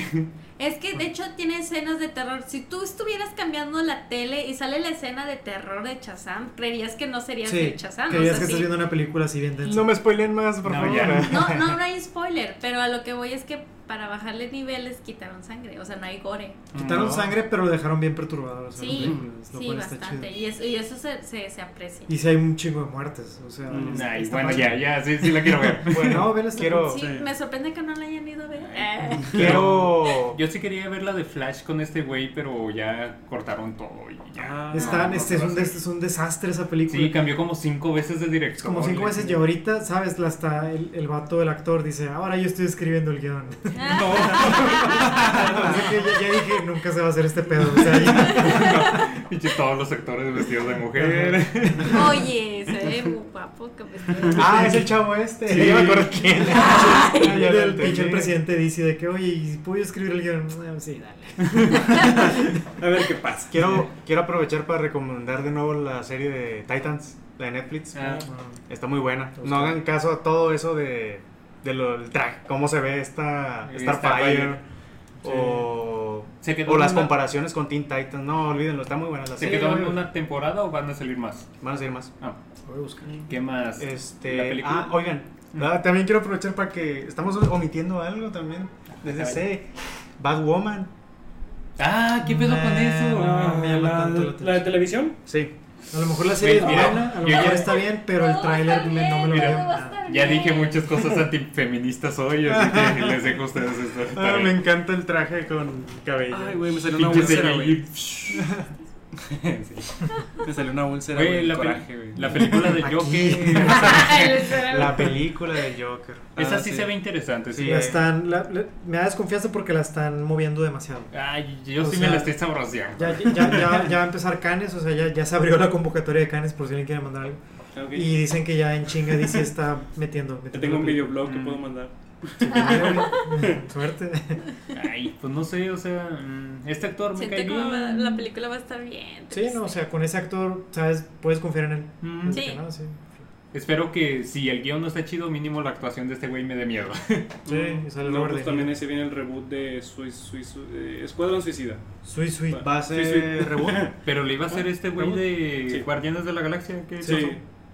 Es que de hecho tiene escenas de terror. Si tú estuvieras cambiando la tele y sale la escena de terror de Chazam, creerías que no serías Sí. el Chazam. Creías que estás viendo una película así bien densa. No me spoileen más, por No, favor. ya. No, no, (laughs) no hay spoiler, pero a lo que voy es que para bajarle niveles quitaron sangre, o sea, no hay gore. Quitaron No. sangre, pero lo dejaron bien perturbador. o sea, Sí, las películas, lo Sí, cual está bastante. chido. Y eso, y eso se, se, se aprecia. Y si hay un chingo de muertes, o sea, Mm, está- Ay, está bueno, padre. ya, ya, sí, sí la quiero ver. (laughs) No, Bueno, vela, está quiero, Sí, me sorprende que no la hayan ido a ver. Eh, quiero Yo sí quería ver la de Flash con este güey, pero ya cortaron todo y ya. Ah. Está- No, no este, se es, va a un, hacer. des- es un desastre esa película. Sí, cambió como cinco veces de director. como cinco veces y ahorita, ¿sabes? Hasta el, el vato, el actor, dice, ahora yo estoy escribiendo el guión. Así que ya, ya dije, nunca se va a hacer este pedo. O sea, ya- Y todos los actores vestidos de mujer. Oye, se ve muy guapo que me estoy- (laughs) Ah, es el chavo este. Sí. (laughs) Ya me acuerdo quién. Ah, ya lo el pinche entendí. presidente dice de que, oye, ¿y ¿puedo yo escribir el guión? "Ah, Sí, dale. A ver qué pasa. Quiero, quiero aprovechar para recomendar de nuevo la serie de Titans, la de Netflix. Ah, Está muy buena. Está No buscando. hagan caso a todo eso de, de lo- del traje, cómo se ve esta Sí, Starfire. Starfire o, Se quedó o las en una- comparaciones con Teen Titans. No, olvídenlo, está muy buena la ¿Se serie. quedó en una temporada o van a salir más? Van a seguir más. Ah, Voy a buscar. ¿Qué más? ¿La Este, película? ah, oigan, Mm. ah, también quiero aprovechar para que estamos omitiendo algo también. Ah, Desde caray. ese Batwoman. Ah, ¿qué pedo con eso? Ah, me llama la, tanto la la atención. de televisión. Sí. A lo mejor la serie es Mira, buena, a lo yo mejor ya- está bien, pero el Todo tráiler está me- no me lo bien, veo. todo va a estar Ya bien. dije (laughs) muchas cosas antifeministas hoy, así que les dejo a ustedes esta Ah, tarea. me encanta el traje con cabello. Ay, güey, me salió una Pinche úlcera, serie güey. ahí. Sí. Me salió una úlcera, Güey, güey. la, coraje, peli- güey. la película de Aquí. Joker. La película de Joker. Esa Ah, sí sí. se ve interesante, sí. Sí. La están, la- la- me da desconfianza porque la están moviendo demasiado. Ay, yo O sí sea, me la estoy saboreando. Ya, ya, ya, ya va a empezar Canes, o sea, ya, ya se abrió la convocatoria de Canes por si alguien quiere mandar algo. Ok. Y dicen que ya en chinga DC está metiendo. Te metiendo tengo un la película. videoblog que Mm. puedo mandar. (laughs) Suerte. Ay, pues no sé, o sea, mm, este actor me Siento cae que va- bien. la película va a estar bien. Sí, no, o sea, con ese actor, ¿sabes? Puedes confiar en él. Mm. Desde Sí. que no, sí. Espero que si el guión no está chido, mínimo la actuación de este güey me dé miedo. (laughs) Sí, y sale No, pues Robert De Niro. también ese viene el reboot de Sui- Sui- Sui- eh, Escuadrón Suicida. Sweet, sweet. Va a ser reboot. Pero le iba a hacer este güey de Sí. Guardianes de la Galaxia. ¿qué Sí. pasó?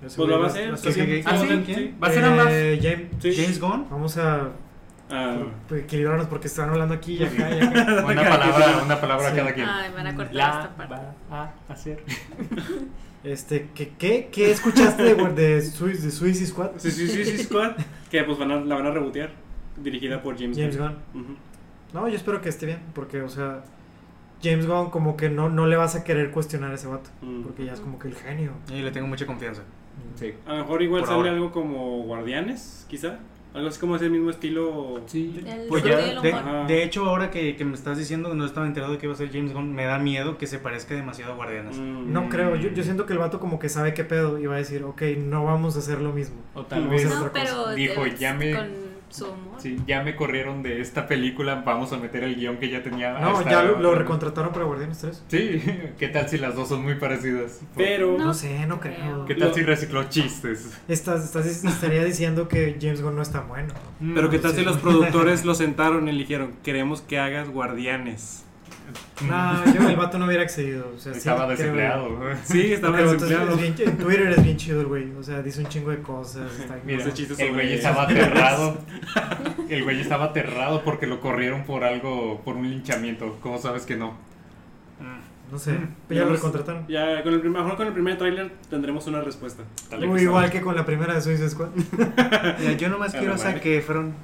Ese Pues güey lo va a va- hacer. va a sí, ser- sí, ¿Ah, sí, sí? sí. Va a ser ambas. Eh, James, Sí. James Gunn. vamos a Ah, equilibrarnos porque están hablando aquí (laughs) y acá y acá. (laughs) Una palabra, una palabra Sí. cada quien. Ay, me van a cortar La Ah, esta parte. va a hacer. Este, ¿qué, qué, qué escuchaste de, de, Sui- de Suicide Squad? sí, sí, sí, (laughs) sí, Squad. Que pues van a- la van a rebotear. Dirigida por James, James Gunn. Ujú. No, yo espero que esté bien, porque, o sea, James Gunn como que no, no le vas a querer cuestionar a ese vato, Mm. porque ya es como que el genio. Y le tengo mucha confianza. Sí. A lo mejor igual Por sale ahora. algo como Guardianes, quizá. Algo así como ese mismo estilo. El sentido Pues ya, del humor. de, de hecho, ahora que, que me estás diciendo que no estaba enterado de que iba a ser James Gunn, me da miedo que se parezca demasiado a Guardianes. Mm. No creo, yo, yo siento que el vato como que sabe qué pedo y va a decir, ok, no vamos a hacer lo mismo. O tal Vamos a vez. hacer No, otra pero cosa. Dijo, de- ya me- con su humor. Sí, ya me corrieron de esta película. Vamos a meter el guión que ya tenía. No, hasta- ya lo, lo recontrataron para Guardianes 3. Sí, (laughs) ¿qué tal si las dos son muy parecidas? Pero. No No sé, no creo. creo. ¿Qué tal Lo- si recicló chistes? Estás, estás, estaría diciendo que James Gunn no es tan bueno. Mm. (laughs) Mm. Pero qué tal sí. si (laughs) los productores lo sentaron y le dijeron, queremos que hagas guardianes. No, yo el vato no hubiera accedido. O sea, sí, Estaba creo. desempleado. (laughs) Sí, estaba Porque el vato es- desempleado. es bien- en Twitter es bien chido el güey. O sea, dice un chingo de cosas. está- (laughs) Mira, no sé, Ese chiste el güey sobre- (laughs) estaba aterrado. El güey estaba aterrado porque lo corrieron por algo, por un linchamiento. ¿Cómo sabes que no? Mm. no sé. Pero ya lo Digamos, recontrataron. Ya, con el primer, a lo mejor con el primer tráiler tendremos una respuesta. Tal vez Uy, igual que con la primera de Suicide (laughs) Squad. Mira, yo nomás A quiero la madre. sacar Efron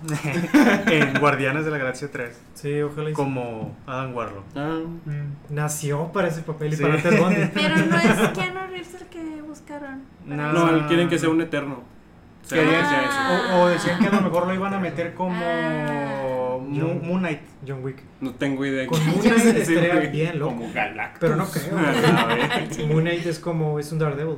(laughs) en Guardianes de la Galaxia 3 Sí, ojalá. y- como Adam Warlock. Ah. Nació para ese papel y Sí. para Ted Bundy. Pero no es Keanu Reeves el que buscaron. para No, eso. Ah. No, quieren que sea un eterno. O sea, Querían- que sea Ah. O, o decían (laughs) que a lo mejor lo iban a meter como Ah. Moon, Moon Knight. John Wick. ese. No tengo idea. (laughs) Con Moon quién Knight es ese estaría güey. bien loco. Como Galactus. Pero no (laughs) creo. Moon Knight es como. Es un Daredevil.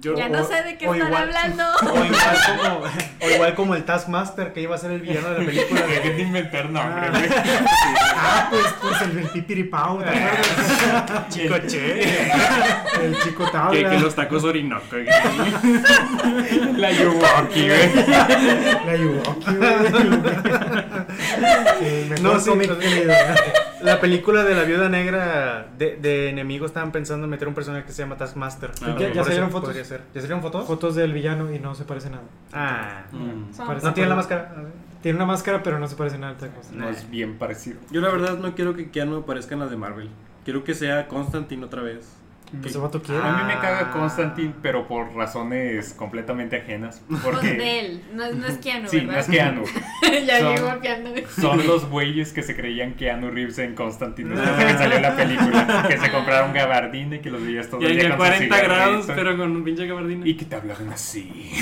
Yo- Ya no sé de qué o están igual- hablando. O igual, como, (laughs) o igual como el Taskmaster que iba a ser el villano de la película. Hay que inventar nombres. güey. Ah, pues, pues el del pipiripao, ¿te acuerdas? Chico Che. El chico Que, tabla. que los tacos orinoco. güey. La Yuwoki, güey. La Yuwoki, güey. El mejor No, sí, cómic pues- que he leído. La película de la viuda negra de, de enemigo estaban pensando en meter un personaje que se llama Taskmaster. Ah, Por ya- ya eso salieron fotos. podría ser. ¿Ya salieron fotos? Fotos del villano y no se parece nada. Ah. (laughs) Mm, Son- Parece- ¿No tiene la máscara? A ver. Tiene una máscara, pero no se parece nada al Pues, Taco. No es bien parecido. Yo la verdad no quiero que Keanu aparezca en las de Marvel. Quiero que sea Constantine otra vez. Pues el vato quiere. A mí me caga Ah. Constantine, pero por razones completamente ajenas. Pues de Porque. él, no, es- no es Keanu, Sí, ¿verdad? no es Keanu. (laughs) ya Son- llegó Keanu. (laughs) Son los güeyes que se creían Keanu Reeves en Constantine desde que salió la película. Que se compraron gabardina y que los veías todo Y el día a con 40 su grados, cigarrito. pero con un pinche gabardina. Y que te hablaban así.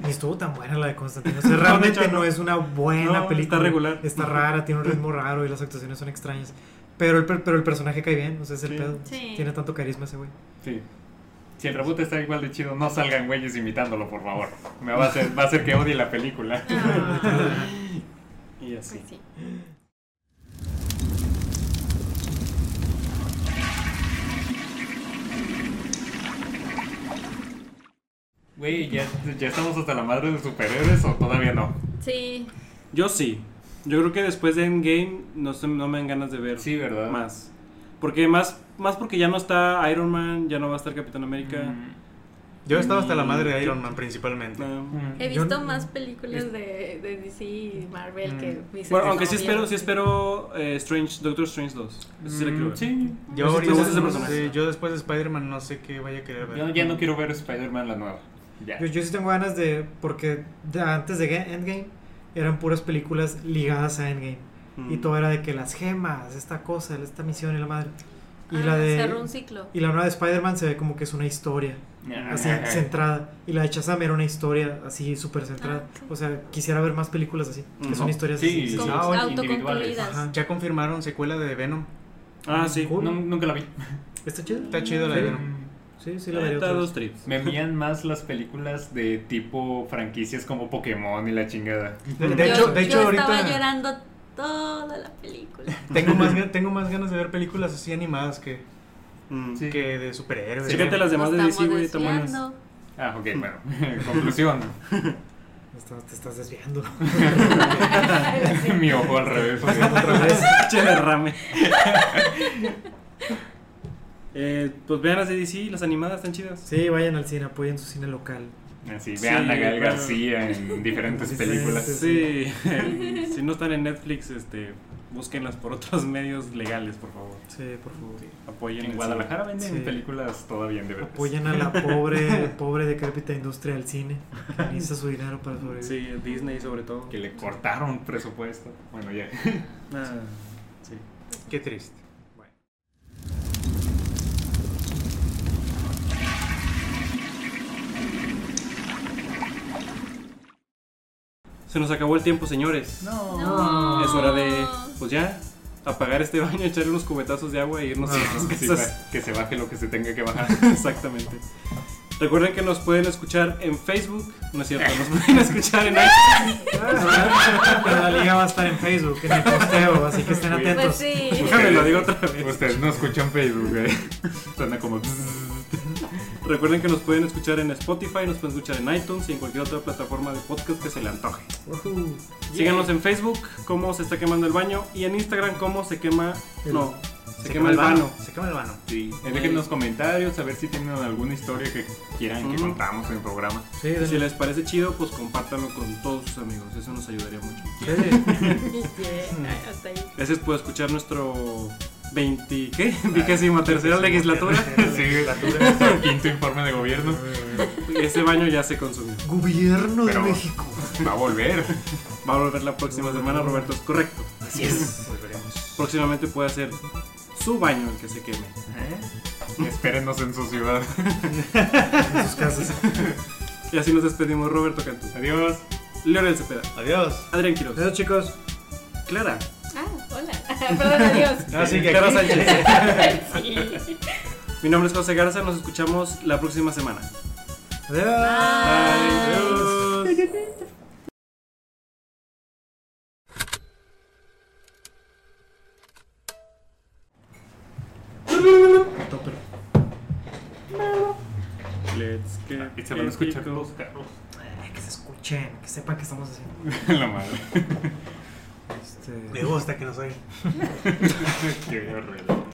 Ni estuvo tan buena la de Constantino. (laughs) O sea, realmente de hecho, no. no. es una buena No, película. está regular. Está rara, tiene un ritmo raro y las actuaciones son extrañas. Pero el, per- pero el personaje cae bien, o sea, es el Sí. pedo. Sí. Tiene tanto carisma ese güey. Sí. Si el reboot está igual de chido, no salgan güeyes imitándolo, por favor. Me va a hacer, va a hacer que odie la película. (laughs) Ah, Y así. pues sí. Güey, ¿ya, ¿ya estamos hasta la madre de superhéroes o todavía no? Sí. Yo sí. Yo creo que después de Endgame no, se- no me dan ganas de ver Sí, ¿verdad? más. Porque más, más porque ya no está Iron Man, ya no va a estar Capitán América. Mm. Yo estaba hasta la madre de Iron Man principalmente. Ah. No. Mm. He Yo visto no- más películas de, de DC y Marvel que Mm. mis Bueno, aunque sí exnovias. espero, sí espero eh, Strange, Doctor Strange 2. Eso Pues Mm, sí, la quiero ver. sí. Yo, Me ahorita, gusta ese no personaje. sé, yo después de Spider-Man no sé qué vaya a querer ver. Yo ya no quiero ver Spider-Man la nueva. Ya. Yo, yo sí tengo ganas de. Porque de- antes de Ga- Endgame eran puras películas ligadas a Endgame. Mm. Y todo era de que las gemas, esta cosa, esta misión y la madre. Y Ah, la Cerró un de. ciclo. Y la nueva de Spider-Man se ve como que es una historia. así centrada. Y la de Shazam era una historia así súper centrada. Ah, sí. O sea, quisiera ver más películas así, que son Ujú. historias así. Sí, Como sí, Ah, individuales. autoconcluidas. Ajá. Ya confirmaron secuela de Venom. Ah, sí. Cool. No, nunca la vi. Está chido. Está chido la de Venom. Sí, sí, la Eh, vería Está otra vez. dos trips. Me envían más las películas de tipo franquicias como Pokémon y la chingada. De, Yo- de hecho, de yo hecho estaba ahorita llorando toda la película. (laughs) tengo más, ga- tengo más ganas de ver películas así animadas que, Mm. Sí. que de superhéroes. Sí. Chécate las demás de Nos DC, güey, están estamos buenas. (laughs) desviando. Ah, ok, bueno. (laughs) Conclusión. Estás- te estás desviando. (laughs) Mi ojo al revés. güey. Che (laughs) derrame. Eh, pues vean las de DC, las animadas están chidas. Sí, vayan al cine, apoyen su cine local. Así, Sí, vean a Gael claro. García en diferentes Sí, sí, películas. sí. Sí, (laughs) si no están en Netflix, este, búsquenlas por otros (laughs) medios legales, por favor. Sí, por favor. Apoyen el En Guadalajara venden Sí. películas todavía en DVD. Apoyen a la pobre, pobre decrépita industria del cine que necesita su dinero para cine. sobrevivir. Sí, Disney sobre todo. Que le cortaron presupuesto. Bueno, (laughs) ya. Ah, sí. Qué triste. Se nos acabó el tiempo, señores. No. Es hora de, Ah. pues ya, apagar este (laughs) baño, echarle unos cubetazos de agua y irnos a las Sí, casas. pa- que se baje lo que se tenga que bajar. (laughs) Exactamente. Recuerden que nos pueden escuchar en Facebook, no es cierto, nos pueden escuchar en iTunes. Pero la liga va a estar en Facebook, en el posteo, así que estén atentos. Pues (laughs) sí. (laughs) Déjame lo digo otra vez. Ustedes no escuchan Facebook, güey. (laughs) Suena como. Recuerden que nos pueden escuchar en Spotify, nos pueden escuchar en iTunes y en cualquier otra plataforma de podcast que se le antoje. Ujú. Síganos en Facebook, cómo se está quemando el baño, y en Instagram, cómo se quema. No, se, quema, el Ah, baño. Se quema el vano. Sí. Dejen los Eh, comentarios a ver si tienen alguna historia que quieran que Ujú. contamos en el programa. Sí, Y denle- Si les parece chido, pues compártanlo con todos sus amigos, eso nos ayudaría mucho. sí. Mm. Ay, ah, Hasta ahí. Gracias por escuchar nuestro 20, ¿qué? Vigésima tercera legislatura. (laughs) (laughs) Sí, nuestro quinto informe de gobierno Ese baño ya se consumió. Gobierno Pero- de México. va a volver. Va a volver la próxima semana, Roberto, es correcto. Así es. Próximamente puede ser su baño el que se queme. Espérenos en su ciudad. En sus casas. Y así nos despedimos, Roberto Cantú. Adiós. Leonel Cepeda. Adiós. Adrián Quiroz. Adiós, chicos. Clara. Eh, Ah, hola. (laughs) (laughs) Perdón, adiós. Así que Clara Sánchez. Sí. Mi nombre es José Garza. Nos escuchamos la próxima semana. Adiós. Adiós. Es que. Ah, Y se van a escuchar épico. los perros. Ay, que se escuchen, que sepan que estamos haciendo. (laughs) La madre. Este, Me gusta que nos oigan. Qué horror.